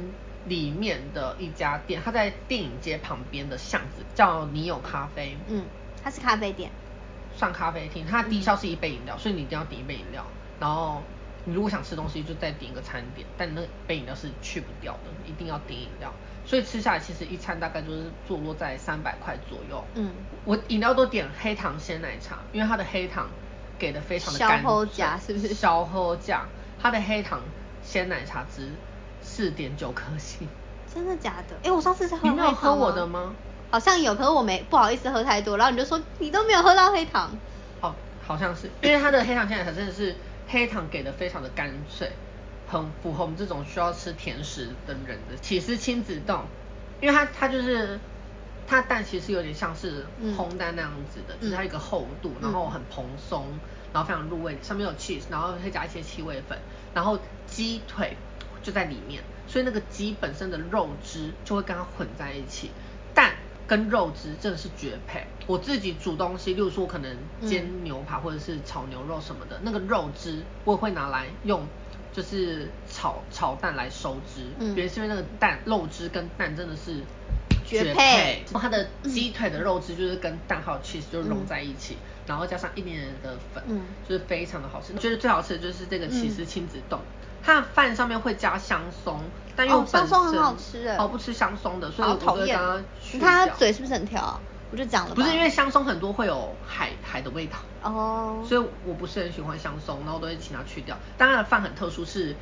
Speaker 2: 里面的一家店，它在电影街旁边的巷子，叫你有咖啡，
Speaker 1: 嗯，它是咖啡店。
Speaker 2: 算咖啡厅，它的低消是一杯饮料，所以你一定要点一杯饮料。然后你如果想吃东西，就再点一个餐点，但那杯饮料是去不掉的，一定要点饮料。所以吃下来其实一餐大概就是坐落在三百块左右。
Speaker 1: 嗯，
Speaker 2: 我饮料都点黑糖鲜奶茶，因为它的黑糖给的非常的
Speaker 1: 消
Speaker 2: 干
Speaker 1: 齁
Speaker 2: 净
Speaker 1: 价是不是
Speaker 2: 消齁价，它的黑糖鲜奶茶值四点九颗星。
Speaker 1: 真的假的？哎，我上次是喝
Speaker 2: 你没有
Speaker 1: 黑糖
Speaker 2: 喝我的吗？
Speaker 1: 好像有，可是我没不好意思喝太多，然后你就说你都没有喝到黑糖。
Speaker 2: 好，哦好像是，因为它的黑糖鲜奶茶真的是黑糖给的非常的干脆，很符合我们这种需要吃甜食的人的。起司亲子冻，因为它它就是它的蛋其实有点像是
Speaker 1: 嗯
Speaker 2: 烘蛋那样子的，就是它
Speaker 1: 嗯
Speaker 2: 一个厚度，然后很蓬松，然后非常入味，上面有 cheese，然后会加一些气味粉，然后鸡腿就在里面，所以那个鸡本身的肉汁就会跟它混在一起，蛋。跟肉汁真的是绝配。我自己煮东西，例如说我可能煎
Speaker 1: 嗯
Speaker 2: 牛排或者是炒牛肉什么的，那个肉汁我也会拿来用，就是炒炒蛋来收汁。
Speaker 1: 嗯
Speaker 2: 原因是因为那个蛋肉汁跟蛋真的是
Speaker 1: 绝
Speaker 2: 配，
Speaker 1: 配
Speaker 2: 它的鸡腿的肉汁就是跟蛋还有 cheese 就融
Speaker 1: 嗯
Speaker 2: 在一起，然后加上一点点的粉，
Speaker 1: 嗯
Speaker 2: 就是非常的好吃。我觉得最好吃的就是这个起司
Speaker 1: 嗯
Speaker 2: 亲子冻。它的饭上面会加香松，但
Speaker 1: 哦
Speaker 2: 又本身、
Speaker 1: 香松很好吃哎
Speaker 2: 哦，不吃香松的，所以
Speaker 1: 好
Speaker 2: 我就
Speaker 1: 讨
Speaker 2: 会跟
Speaker 1: 厌
Speaker 2: 它
Speaker 1: 哦。
Speaker 2: 去
Speaker 1: 你看他
Speaker 2: 掉
Speaker 1: 嘴是不是很挑啊？我就讲了吧。
Speaker 2: 不是因为香松很多会有海海的味道，
Speaker 1: 哦，
Speaker 2: 所以我不是很喜欢香松，然后我都会请他去掉。当然饭很特殊，是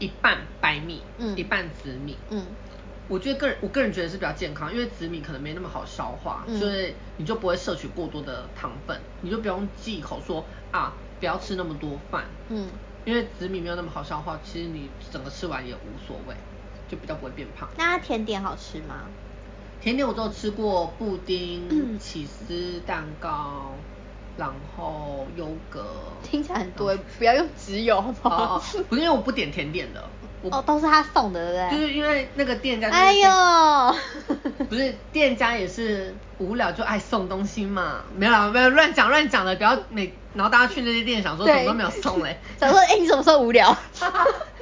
Speaker 2: 一半白米，
Speaker 1: 嗯
Speaker 2: 一半紫米。
Speaker 1: 嗯
Speaker 2: 我觉得个人我个人觉得是比较健康，因为紫米可能没那么好消化，
Speaker 1: 嗯
Speaker 2: 所以你就不会摄取过多的糖分，你就不用忌口说啊不要吃那么多饭，
Speaker 1: 嗯，
Speaker 2: 因为紫米没有那么好消化，其实你整个吃完也无所谓，就比较不会变胖。
Speaker 1: 那它甜点好吃吗？
Speaker 2: 甜点我都有吃过布丁、
Speaker 1: 嗯
Speaker 2: 起司蛋糕，然后优格。
Speaker 1: 听起来很多欸，不要用只有好不
Speaker 2: 哦
Speaker 1: 好
Speaker 2: 哦？，不是因为我不点甜点的，我
Speaker 1: 哦，都是他送的，对不
Speaker 2: 就
Speaker 1: 对？
Speaker 2: 是因为那个店家、就是，
Speaker 1: 哎呦，
Speaker 2: 不是店家也是无聊就爱送东西嘛，没有啦，没有乱讲乱讲的，不要每然后大家去那些店想说什么都没有送嘞，
Speaker 1: 想说，哎、你什么时候无聊？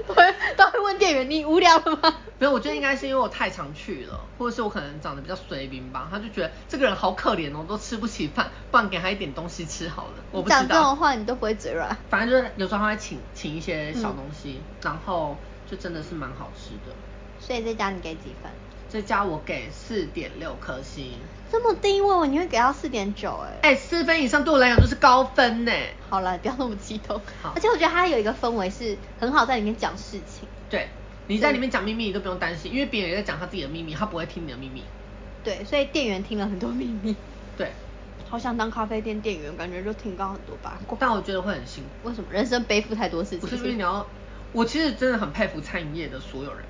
Speaker 1: 都会都会问店员，你无聊了吗？
Speaker 2: 没有，我觉得应该是因为我太常去了，或者是我可能长得比较随便吧，他就觉得这个人好可怜哦，都吃不起饭，不然给他一点东西吃好了。我不知道。
Speaker 1: 讲这种话，你都不会嘴软。
Speaker 2: 反正就是有时候他会请请一些小东西，
Speaker 1: 嗯
Speaker 2: 然后就真的是蛮好吃的。
Speaker 1: 所以这家你给几分？
Speaker 2: 这家我给四点六颗星，
Speaker 1: 这么低，我以为你会给到四点九，哎。
Speaker 2: 哎、四分以上对我来讲就是高分呢。
Speaker 1: 好了，不要那么激动
Speaker 2: 好。
Speaker 1: 而且我觉得它有一个氛围是很好，在里面讲事情。
Speaker 2: 对，你在里面讲秘密你都不用担心，因为别人也在讲他自己的秘密，他不会听你的秘密。
Speaker 1: 对，所以店员听了很多秘密。
Speaker 2: 对，
Speaker 1: 好想当咖啡店店员，感觉就听到很多八卦。
Speaker 2: 但我觉得会很辛苦，
Speaker 1: 为什么人生背负太多事情？
Speaker 2: 不是因为你要，我其实真的很佩服餐饮业的所有人。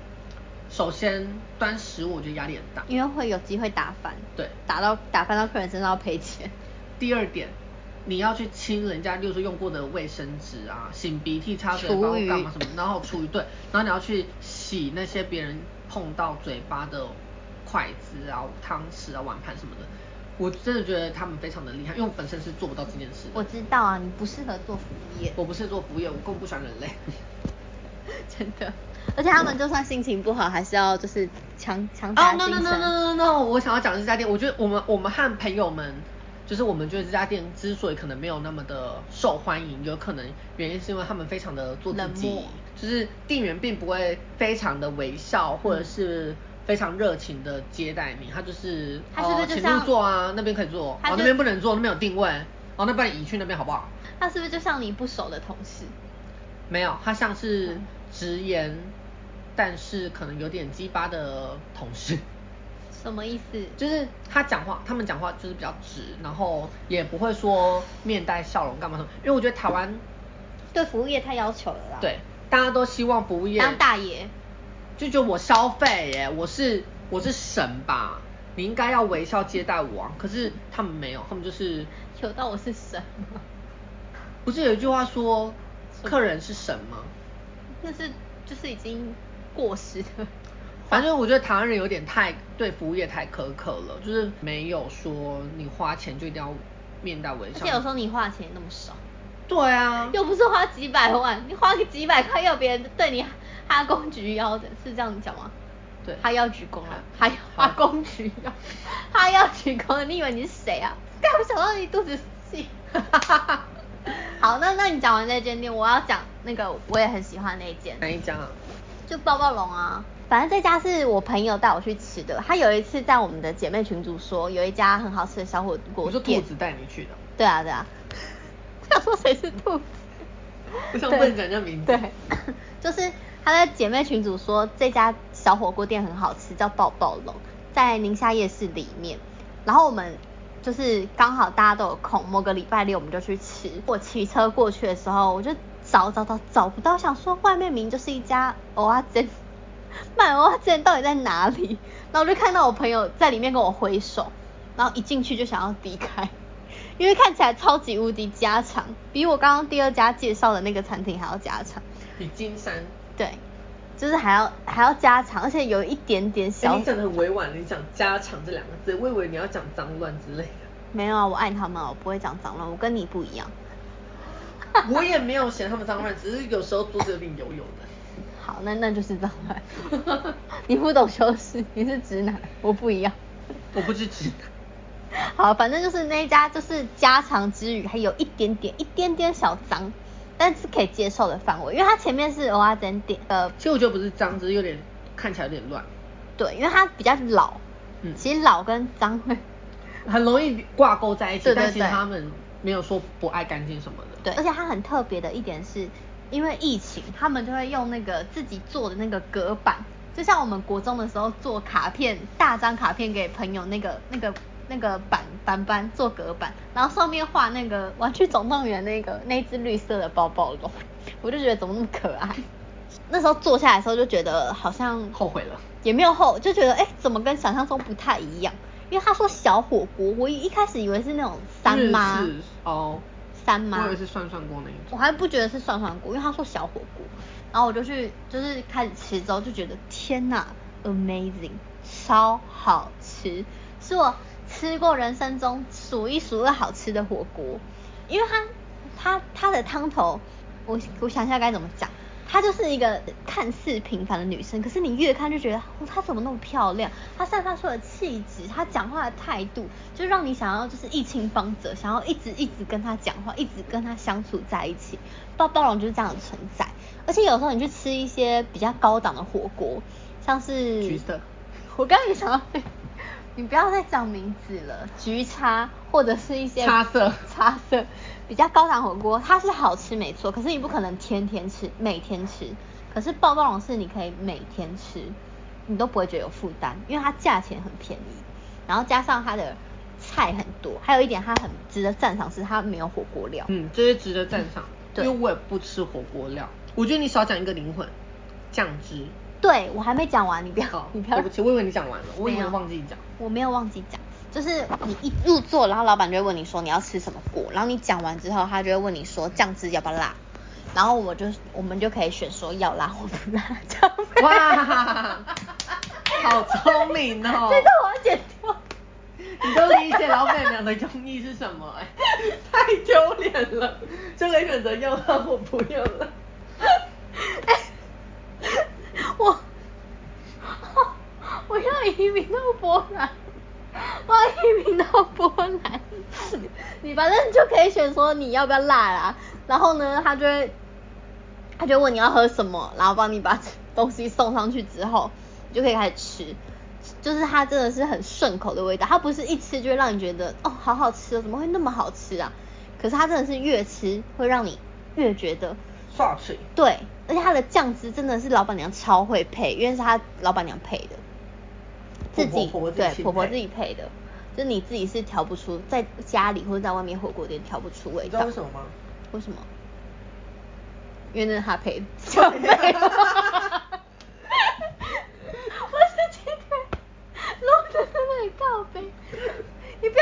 Speaker 2: 首先，端食物我觉得压力很大。
Speaker 1: 因为会有机会打翻，
Speaker 2: 对
Speaker 1: 打到打翻到客人身上要赔钱。
Speaker 2: 第二点，你要去清人家，例如说用过的卫生纸啊，擤鼻涕、擦嘴巴
Speaker 1: 厨
Speaker 2: 或
Speaker 1: 余
Speaker 2: 干嘛什么，然后厨余对，然后你要去洗那些别人碰到嘴巴的筷子啊、汤匙啊、碗盘什么的。我真的觉得他们非常的厉害，因为我本身是做不到这件事的。
Speaker 1: 我知道啊，你不适合做服务业，
Speaker 2: 我不是做服务业，我更不喜欢人类。
Speaker 1: 真的。而且他们就算心情不好，还是要就是强强
Speaker 2: 哦、
Speaker 1: 打
Speaker 2: n o
Speaker 1: 精
Speaker 2: no
Speaker 1: 神。
Speaker 2: no no no no！我想要讲的是这家店，我觉得我们我们和朋友们，就是我们觉得这家店之所以可能没有那么的受欢迎，有可能原因是因为他们非常的做自
Speaker 1: 冷
Speaker 2: 己
Speaker 1: 漠，
Speaker 2: 就是店员并不会非常的微笑
Speaker 1: 嗯
Speaker 2: 或者是。非常热情的接待你，他就是
Speaker 1: 他是不是
Speaker 2: 哦
Speaker 1: 就
Speaker 2: 请入
Speaker 1: 像
Speaker 2: 座啊？那边可以坐，哦
Speaker 1: 他就
Speaker 2: 那边不能坐，那边有定位，哦那不然你移去那边好不好？
Speaker 1: 那是不是就像你不熟的同事？
Speaker 2: 没有，他像是
Speaker 1: 嗯
Speaker 2: 直言，但是可能有点鸡巴的同事。
Speaker 1: 什么意思？
Speaker 2: 就是他讲话，他们讲话就是比较直，然后也不会说面带笑容干嘛什么，因为我觉得台湾
Speaker 1: 对服务业太要求了啦。
Speaker 2: 对，大家都希望服务业
Speaker 1: 啊当大爷。
Speaker 2: 就觉得我消费耶，我是我是神吧，你应该要微笑接待我啊，可是他们没有，他们就是
Speaker 1: 求到我是神吗？
Speaker 2: 不是有一句话说
Speaker 1: 什么
Speaker 2: 客人是神吗？
Speaker 1: 那是就是已经过时的。
Speaker 2: 反正我觉得台湾人有点太对服务业太苛刻了，就是没有说你花钱就一定要面带微
Speaker 1: 而
Speaker 2: 笑，
Speaker 1: 且有时候你花的钱也那么少，
Speaker 2: 对啊，
Speaker 1: 又不是花几百万，你花个几百块，要别人对你哈躬鞠腰的，是这样讲吗？
Speaker 2: 对
Speaker 1: 他要鞠躬了，
Speaker 2: 好
Speaker 1: 还哈躬鞠腰，他要鞠躬了，你以为你是谁啊？但我想到你肚子 细。好，那那你讲完那间店，我要讲那个我也很喜欢那一间，
Speaker 2: 哪一家啊？
Speaker 1: 就抱抱龙啊。反正这家是我朋友带我去吃的，他有一次在我们的姐妹群组说有一家很好吃的小火锅
Speaker 2: 我说
Speaker 1: 店
Speaker 2: 兔，子带你去的，
Speaker 1: 对啊对啊， 我想说谁是兔子？
Speaker 2: 我想
Speaker 1: 对
Speaker 2: 问人家名字
Speaker 1: 对，就是他在姐妹群组说这家小火锅店很好吃，叫抱抱龙，在宁夏夜市里面。然后我们就是刚好大家都有空，某个礼拜六我们就去吃。我骑车过去的时候，我就找找找找不到，想说外面明明就是一家蚵仔煎， 卖蚵仔煎到底在哪里？ 然后我就看到我朋友在里面跟我挥手，然后一进去就想要离开， 因为看起来超级无敌家常，比我刚刚第二家介绍的那个餐厅还要家常。
Speaker 2: 比金山。
Speaker 1: 对，就是还要还要加长，而且有一点点
Speaker 2: 哎
Speaker 1: 小
Speaker 2: 你。讲的很委婉，你讲“家常”这两个字，我以为你要讲脏乱之类 的。
Speaker 1: 没有啊，我爱他们啊，我不会讲脏乱，我跟你不一样。
Speaker 2: 我也没有嫌他们脏乱，只是有时候桌子有点油油的。
Speaker 1: 好，那那就是脏乱。 你不懂修饰，你是直男，我不一样。
Speaker 2: 我不是直
Speaker 1: 好，反正就是那一家就是家常之余，还有一点点一点点小脏，但是可以接受的范围，因为它前面是蚵仔煎店，呃，
Speaker 2: 其实我觉得不是脏，只是有点看起来有点乱，
Speaker 1: 对，因为它比较老，
Speaker 2: 嗯
Speaker 1: 其实老跟脏会
Speaker 2: 很容易挂钩在一起。
Speaker 1: 对对
Speaker 2: 但其实
Speaker 1: 对
Speaker 2: 他们没有说不爱干净什么的。
Speaker 1: 对，而且它很特别的一点是，因为疫情，他们就会用那个自己做的那个隔板，就像我们国中的时候做卡片，大张卡片给朋友那个那个那个板板板做隔板，然后上面画那个《玩具总动员》那个那只绿色的包包龙， 我就觉得怎么那么可爱。那时候坐下来的时候就觉得好像
Speaker 2: 后悔了。
Speaker 1: 也没有后，就觉得哎、怎么跟想象中不太一样？因为他说小火锅，我一开始以为是那种三妈
Speaker 2: 日式哦，
Speaker 1: 三妈，
Speaker 2: 我以为是涮涮锅那一
Speaker 1: 我
Speaker 2: 种。
Speaker 1: 还不觉得是涮涮锅，因为他说小火锅，然后我就去就是开始吃之后就觉得天呐 a m a z i n g 超好吃，是我吃过人生中数一数二好吃的火锅，因为它它它的汤头，我我想一下该怎么讲。她就是一个看似平凡的女生，可是你越看就觉得，哦，她怎么那么漂亮？她散发出的气质，她讲话的态度，就让你想要就是一清方泽，想要一直一直跟她讲话，一直跟她相处在一起。包包容就是这样的存在，而且有时候你去吃一些比较高档的火锅，像是
Speaker 2: 橘色，
Speaker 1: 我刚刚也想到那， 你不要再讲名字了，菊叉或者是一些
Speaker 2: 叉色
Speaker 1: 叉色比较高档火锅，它是好吃没错，可是你不可能天天吃，每天吃。可是爆爆龙是你可以每天吃，你都不会觉得有负担，因为它价钱很便宜，然后加上它的菜很多，还有一点它很值得赞赏是它没有火锅料。
Speaker 2: 嗯，这是值得赞赏，因
Speaker 1: 对
Speaker 2: 为我也不吃火锅料。我觉得你少讲一个灵魂，酱汁。
Speaker 1: 对我还没讲完，你不要，
Speaker 2: 哦，
Speaker 1: 你不要，
Speaker 2: 对不起，我以为你讲完了，我以
Speaker 1: 没
Speaker 2: 为
Speaker 1: 有
Speaker 2: 忘记讲。
Speaker 1: 我没有忘记讲，就是你一入座，然后老板就会问你说你要吃什么锅，然后你讲完之后，他就会问你说酱汁要不要辣，然后我就我们就可以选说要辣或不辣这样。
Speaker 2: 哇，好聪明哦！
Speaker 1: 这个我要剪掉。
Speaker 2: 你都理解老板娘的用意是什么、哎，太丢脸了，就可以选择要了或不要了。
Speaker 1: 我我要移民到波兰，我要移民到波兰。 你反正就可以选说你要不要辣啦，然后呢，他就会他就问你要喝什么，然后帮你把东西送上去之后，你就可以开始吃。就是它真的是很顺口的味道，它不是一吃就会让你觉得哦好好吃哦，怎么会那么好吃啊？可是它真的是越吃会让你越觉得
Speaker 2: 刷嘴，
Speaker 1: 对，而且它的酱汁真的是老板娘超会配，因为是她老板娘配的，
Speaker 2: 婆
Speaker 1: 自己
Speaker 2: 婆婆自己
Speaker 1: 对
Speaker 2: 去
Speaker 1: 婆婆
Speaker 2: 配
Speaker 1: 自己配的，就你自己是调不出，在家里或者在外面火锅店调不出味道。
Speaker 2: 你知道为什么吗？
Speaker 1: 为什么？因为那是他 配的，我是 今天录的那里告白，你不要再，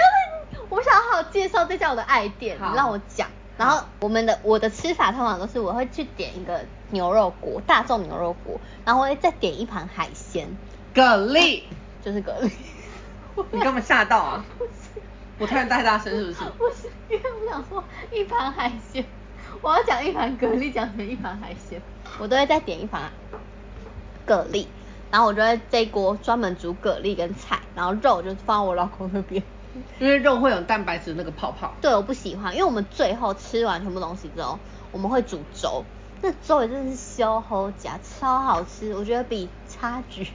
Speaker 1: 我想好好介绍这家我的爱店，
Speaker 2: 好
Speaker 1: 你让我讲。然后我们的我的吃法通常都是我会去点一个牛肉锅，大众牛肉锅，然后我会再点一盘海鲜，
Speaker 2: 蛤蜊，
Speaker 1: 就是蛤蜊。
Speaker 2: 你干嘛吓到啊？我突然太大声是不是？
Speaker 1: 不是，因为 我想说一盘海鲜，我要讲一盘蛤蜊，讲成一盘海鲜，我都会再点一盘蛤蜊，然后我就会这一锅专门煮蛤蜊跟菜，然后肉就放我老公那 边。
Speaker 2: 因为肉会有蛋白质那个泡泡。
Speaker 1: 对，我不喜欢，因为我们最后吃完全部东西之后，我们会煮粥，那粥也真的是修喉夹，超好吃，我觉得比差 距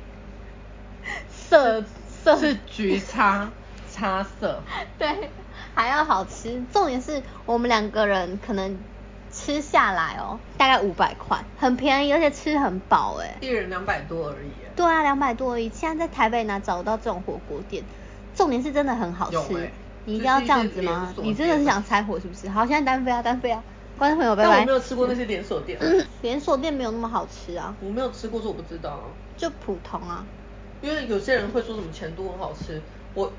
Speaker 1: 色色
Speaker 2: 是橘叉叉色，
Speaker 1: 对，还要好吃。重点是我们两个人可能吃下来哦，大概五百块，很便宜，而且吃很饱哎。
Speaker 2: 一人两百多而已。
Speaker 1: 对啊，两百多而已。现在在台北哪找得到这种火锅店？重点是真的很好吃。
Speaker 2: 有欸
Speaker 1: 你一定要这样子吗
Speaker 2: 就是一些连？锁
Speaker 1: 你真的是
Speaker 2: 店啊
Speaker 1: 想拆火是不是？好，现在单飞啊，单飞啊，观众朋友拜
Speaker 2: 但
Speaker 1: 拜。嗯
Speaker 2: 我没有吃过那些连锁店，
Speaker 1: 连锁店没有那么好吃啊，
Speaker 2: 我没有吃过，所以我不知道啊。
Speaker 1: 就普通啊。
Speaker 2: 因为有些人会说什么前都很好吃，我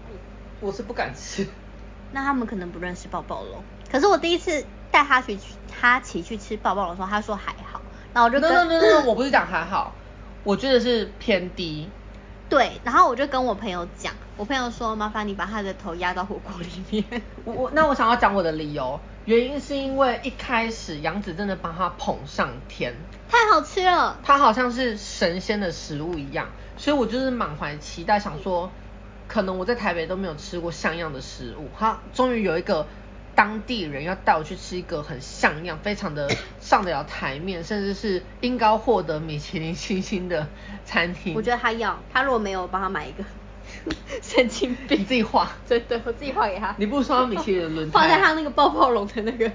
Speaker 2: 我是不敢吃。
Speaker 1: 那他们可能不认识抱抱龙。可是我第一次带哈奇去哈奇去吃抱抱龙的时候，他说还好，然后我哦就
Speaker 2: 等
Speaker 1: 跟
Speaker 2: 等等等，我不是讲还好，我觉得是偏低。
Speaker 1: 对，然后我就跟我朋友讲，我朋友说麻烦你把他的头压到火锅里面。
Speaker 2: 我我那我想要讲我的理由，原因是因为一开始杨子真的把它捧上天，
Speaker 1: 太好吃了，
Speaker 2: 它好像是神仙的食物一样，所以我就是满怀期待，想说，可能我在台北都没有吃过像样的食物，哈，终于有一个当地人要带我去吃一个很像样、非常的 上得了台面，甚至是应该获得米其林星星的餐厅。
Speaker 1: 我觉得他要，他如果没有，我帮他买一个。 神经病，
Speaker 2: 你自己画
Speaker 1: 真的，我自己画给他。
Speaker 2: 你不是说他米其林的轮胎啊
Speaker 1: 放在他那个抱抱龙的那个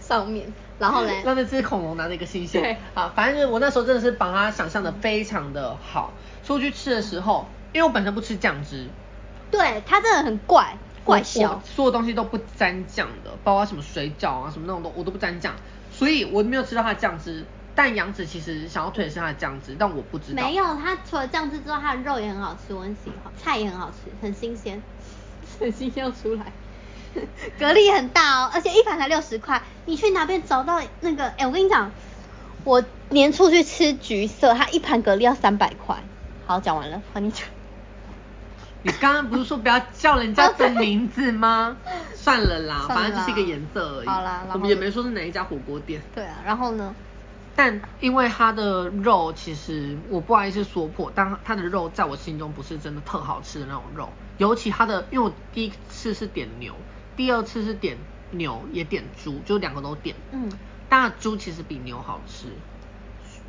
Speaker 1: 上面，然后呢？
Speaker 2: 让那只恐龙拿着一个星星
Speaker 1: 对。
Speaker 2: 啊，反正就是我那时候真的是把它想象的非常的好，所以我去吃的时候，因为我本身不吃酱汁，
Speaker 1: 对他真的很怪，怪
Speaker 2: 我
Speaker 1: 笑
Speaker 2: 我。所有东西都不沾酱的，包括什么水饺啊什么那种都我都不沾酱，所以我没有吃到它的酱汁。但杨子其实想要推的是它的酱汁，但我不知道。
Speaker 1: 没有，他除了酱汁之外，他的肉也很好吃，我很喜欢，菜也很好吃，很新鲜， 很新鲜要出来。蛤蜊很大哦，而且一盘才六十块，你去哪边找到那个？哎，我跟你讲，我年初去吃橘色，它一盘蛤蜊要三百块。好，讲完了，换你讲。
Speaker 2: 你刚刚不是说不要叫人家的名字 吗？算了啦，
Speaker 1: 算了啦
Speaker 2: 反正就是一个颜色而已。
Speaker 1: 好啦然后
Speaker 2: 我们也没说是哪一家火锅店。
Speaker 1: 对啊，然后呢？
Speaker 2: 但因为它的肉，其实我不好意思说破，但它的肉在我心中不是真的特好吃的那种肉。尤其它的，因为我第一次是点牛，第二次是点牛也点猪，就两个都点。
Speaker 1: 嗯，
Speaker 2: 当然猪其实比牛好吃，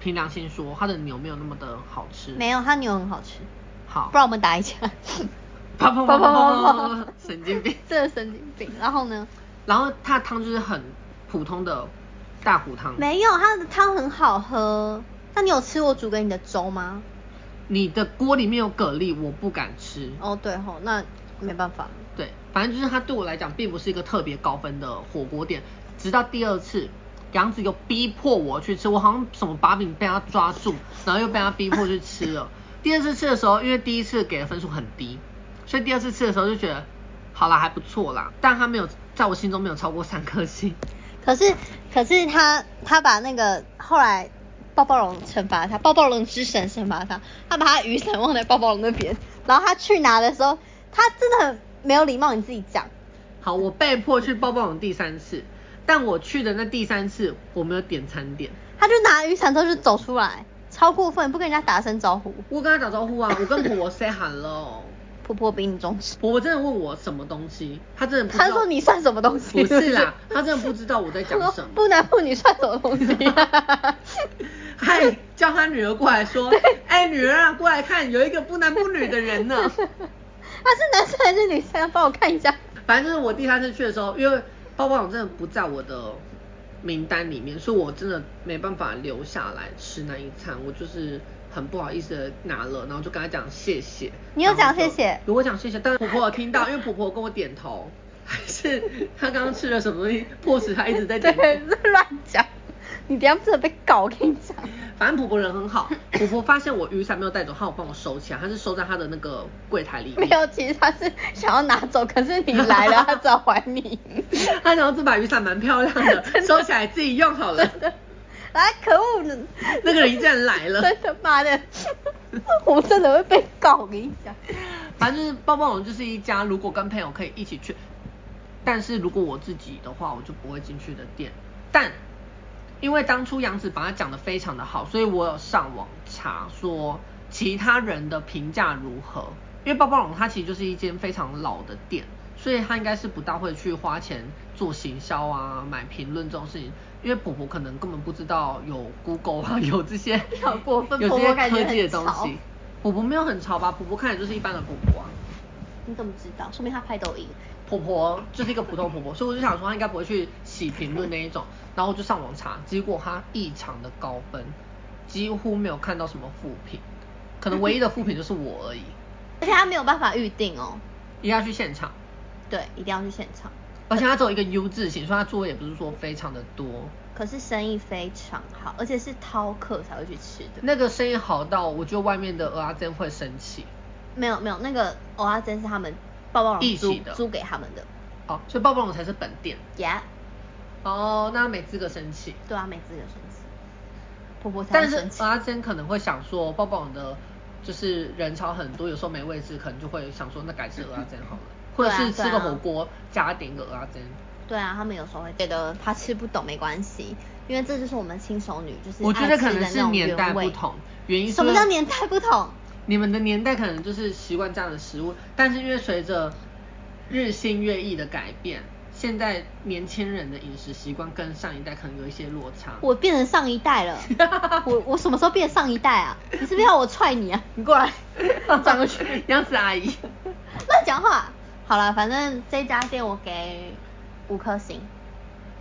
Speaker 2: 凭良心说，它的牛没有那么的好吃。
Speaker 1: 没有，它牛很好吃，
Speaker 2: 好，
Speaker 1: 不然我们打一架。
Speaker 2: 啪啪啪啪啪啪啪，神经病。
Speaker 1: 这神经病。然后呢？
Speaker 2: 然后它的汤就是很普通的大骨汤。
Speaker 1: 没有，它的汤很好喝。那你有吃我煮给你的粥吗？
Speaker 2: 你的锅里面有蛤蜊，我不敢吃。
Speaker 1: 哦，对吼，那没办法。
Speaker 2: 对，反正就是它对我来讲并不是一个特别高分的火锅店，直到第二次。杨子又逼迫我去吃，我好像什么把柄被他抓住，然后又被他逼迫去吃了。第二次吃的时候，因为第一次给的分数很低，所以第二次吃的时候就觉得，好啦，还不错啦，但它没有在我心中没有超过三颗星。
Speaker 1: 可是可是他他把那个后来暴暴龙惩罚他，暴暴龙之神惩罚他，他把他雨伞忘在暴暴龙那边，然后他去拿的时候，他真的很没有礼貌，你自己讲。
Speaker 2: 好，我被迫去抱抱龙第三次，但我去的那第三次我没有点餐点，
Speaker 1: 他就拿雨伞之后就走出来，超过分，不跟人家打声招呼。
Speaker 2: 我跟他打招呼啊，我跟婆婆 say hello，
Speaker 1: 婆婆比你忠实，
Speaker 2: 婆婆真的问我什么东西，她真的不知道。
Speaker 1: 他说你算什么东西？
Speaker 2: 不是啦，她真的不知道我在讲什么。
Speaker 1: 不男不女算什么东西、 啊？
Speaker 2: 还哎叫他女儿过来说，哎、女儿啊，过来看，有一个不男不女的人呢。
Speaker 1: 他是男生还是女生？帮我看一下。
Speaker 2: 反正就是我第三次去的时候，因为包包网真的不在我的名单里面，所以我真的没办法留下来吃那一餐，我就是很不好意思的拿了，然后就跟他讲谢谢。
Speaker 1: 你有讲
Speaker 2: 然后就
Speaker 1: 谢谢
Speaker 2: 有我讲谢谢，但是婆婆有听到，因为婆婆跟我点头，还是她刚刚吃了什么东西，迫使她一直在点 头。
Speaker 1: 对，乱讲。你等一下真的被搞，我跟你讲。
Speaker 2: 反正婆婆人很好，婆婆发现我雨伞没有带走，她有帮我收起来，她是收在她的那个柜台里
Speaker 1: 没
Speaker 2: 面。
Speaker 1: 有，其实他是想要拿走，可是你来 了，他只好还你。
Speaker 2: 她想要这把雨伞蛮漂亮 的，收起来自己用好了。
Speaker 1: 啊，可恶！
Speaker 2: 那个人竟然来了
Speaker 1: 真的妈的，我真的会被搞，我跟你讲。
Speaker 2: 反正就是抱抱龙就是一家，如果跟朋友可以一起去，但是如果我自己的话，我就不会进去的店。但因为当初杨子把它讲的非常的好，所以我有上网查说其他人的评价如何。因为抱抱龙它其实就是一间非常老的店，所以它应该是不大会去花钱做行销啊、买评论这种事情。因为婆婆可能根本不知道有 Google 啊， 有这些
Speaker 1: 好过分
Speaker 2: 有这
Speaker 1: 婆
Speaker 2: 些
Speaker 1: 婆感觉
Speaker 2: 科技的
Speaker 1: 很
Speaker 2: 东
Speaker 1: 潮
Speaker 2: 西。婆婆没有很潮吧？婆婆看起来就是一般的婆婆啊。
Speaker 1: 你怎么知道？说明他拍抖音。
Speaker 2: 婆婆就是一个普通婆婆，所以我就想说她应该不会去洗评论那一种，然后我就上网查，结果她异常的高分，几乎没有看到什么负评，可能唯一的负评就是我而已，
Speaker 1: 而且他没有办法预定哦。
Speaker 2: 一定要去现场，
Speaker 1: 对，一定要去现场。
Speaker 2: 而且她只有一个 U 字形，所以她座位也不是说非常的多，
Speaker 1: 可是生意非常好，而且是饕客才会去吃的。
Speaker 2: 那个生意好到我觉得外面的鹅阿珍会生气，
Speaker 1: 没有没有，那个蚵仔煎是他们抱抱
Speaker 2: 一
Speaker 1: 龙租
Speaker 2: 起的
Speaker 1: 租给他们的。
Speaker 2: 哦，所以抱抱龙才是本店，
Speaker 1: Yeah，
Speaker 2: 哦，那她没资格生气，
Speaker 1: 对啊，没资格生气。婆婆才
Speaker 2: 但
Speaker 1: 会
Speaker 2: 是
Speaker 1: 生气。
Speaker 2: 阿珍可能会想说，抱抱网的就是人潮很多，有时候没位置，可能就会想说，那改吃鹅阿珍好 了，或
Speaker 1: 对
Speaker 2: 者
Speaker 1: 啊
Speaker 2: 是吃
Speaker 1: 对
Speaker 2: 个
Speaker 1: 啊
Speaker 2: 火锅加点个鹅阿珍。
Speaker 1: 对啊，他们有时候会觉得他吃不懂没关系，因为这就是我们新手女就是
Speaker 2: 我觉得
Speaker 1: 爱吃
Speaker 2: 可
Speaker 1: 的
Speaker 2: 能
Speaker 1: 那
Speaker 2: 是
Speaker 1: 种
Speaker 2: 年代
Speaker 1: 原味
Speaker 2: 不同，原因是
Speaker 1: 什么
Speaker 2: 因为
Speaker 1: 叫年代不同？
Speaker 2: 你们的年代可能就是习惯这样的食物，但是因为随着日新月异的改变，现在年轻人的饮食习惯跟上一代可能有一些落差。
Speaker 1: 我变成上一代了，我我什么时候变上一代啊？你是不是要我踹你啊？你过来，转过去，
Speaker 2: 杨子阿姨。
Speaker 1: 乱讲话。好了，反正这家店我给五颗星，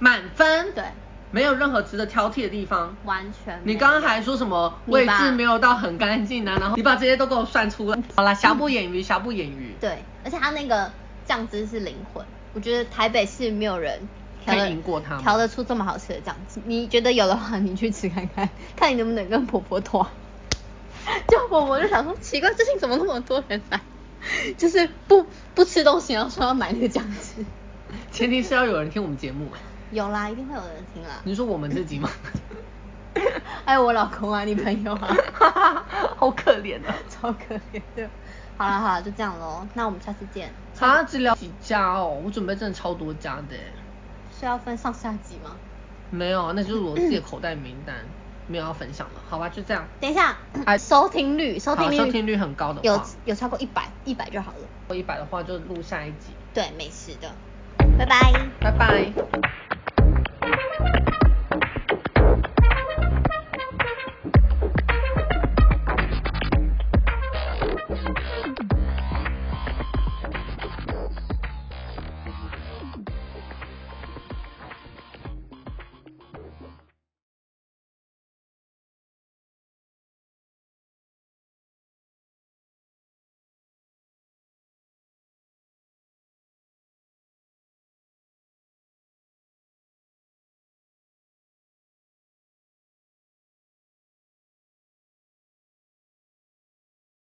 Speaker 2: 满分，
Speaker 1: 对，
Speaker 2: 没有任何值得挑剔的地方。
Speaker 1: 完全没有。
Speaker 2: 你刚刚还说什么位置没有到很干净啊？然后你把这些都给我算出来。好啦，瑕不掩瑜，瑕不掩瑜。
Speaker 1: 嗯对，而且它那个酱汁是灵魂，我觉得台北市没有人调
Speaker 2: 可
Speaker 1: 得
Speaker 2: 以赢过它吗
Speaker 1: 调得出这么好吃的酱汁。你觉得有的话，你去吃看看， 看你能不能跟婆婆拖。 就婆婆就想说，奇怪，最近怎么那么多人来？ 就是不不吃东西，然后说要买那个酱汁。
Speaker 2: 前提是要有人听我们 节目。
Speaker 1: 有啦，一定会有人听啦。
Speaker 2: 你说我们自 己吗？
Speaker 1: 还有我老公啊，你朋友啊，
Speaker 2: 好可怜啊！
Speaker 1: 超可怜的。好啦好啦，就这样喽，那我们下次见。
Speaker 2: 啊，只聊几家哦，我准备真的超多家的耶。
Speaker 1: 是要分上下集吗？
Speaker 2: 没有，啊那就是我自己的口袋名单，没有要分享了。好吧，就这样。
Speaker 1: 等一下，
Speaker 2: 哎
Speaker 1: 收听率，收听率，
Speaker 2: 好收听率很高的话
Speaker 1: 有有超过一百，一百就好了。
Speaker 2: 我一百的话就录下一集，
Speaker 1: 对，没事的，拜拜。
Speaker 2: 拜拜。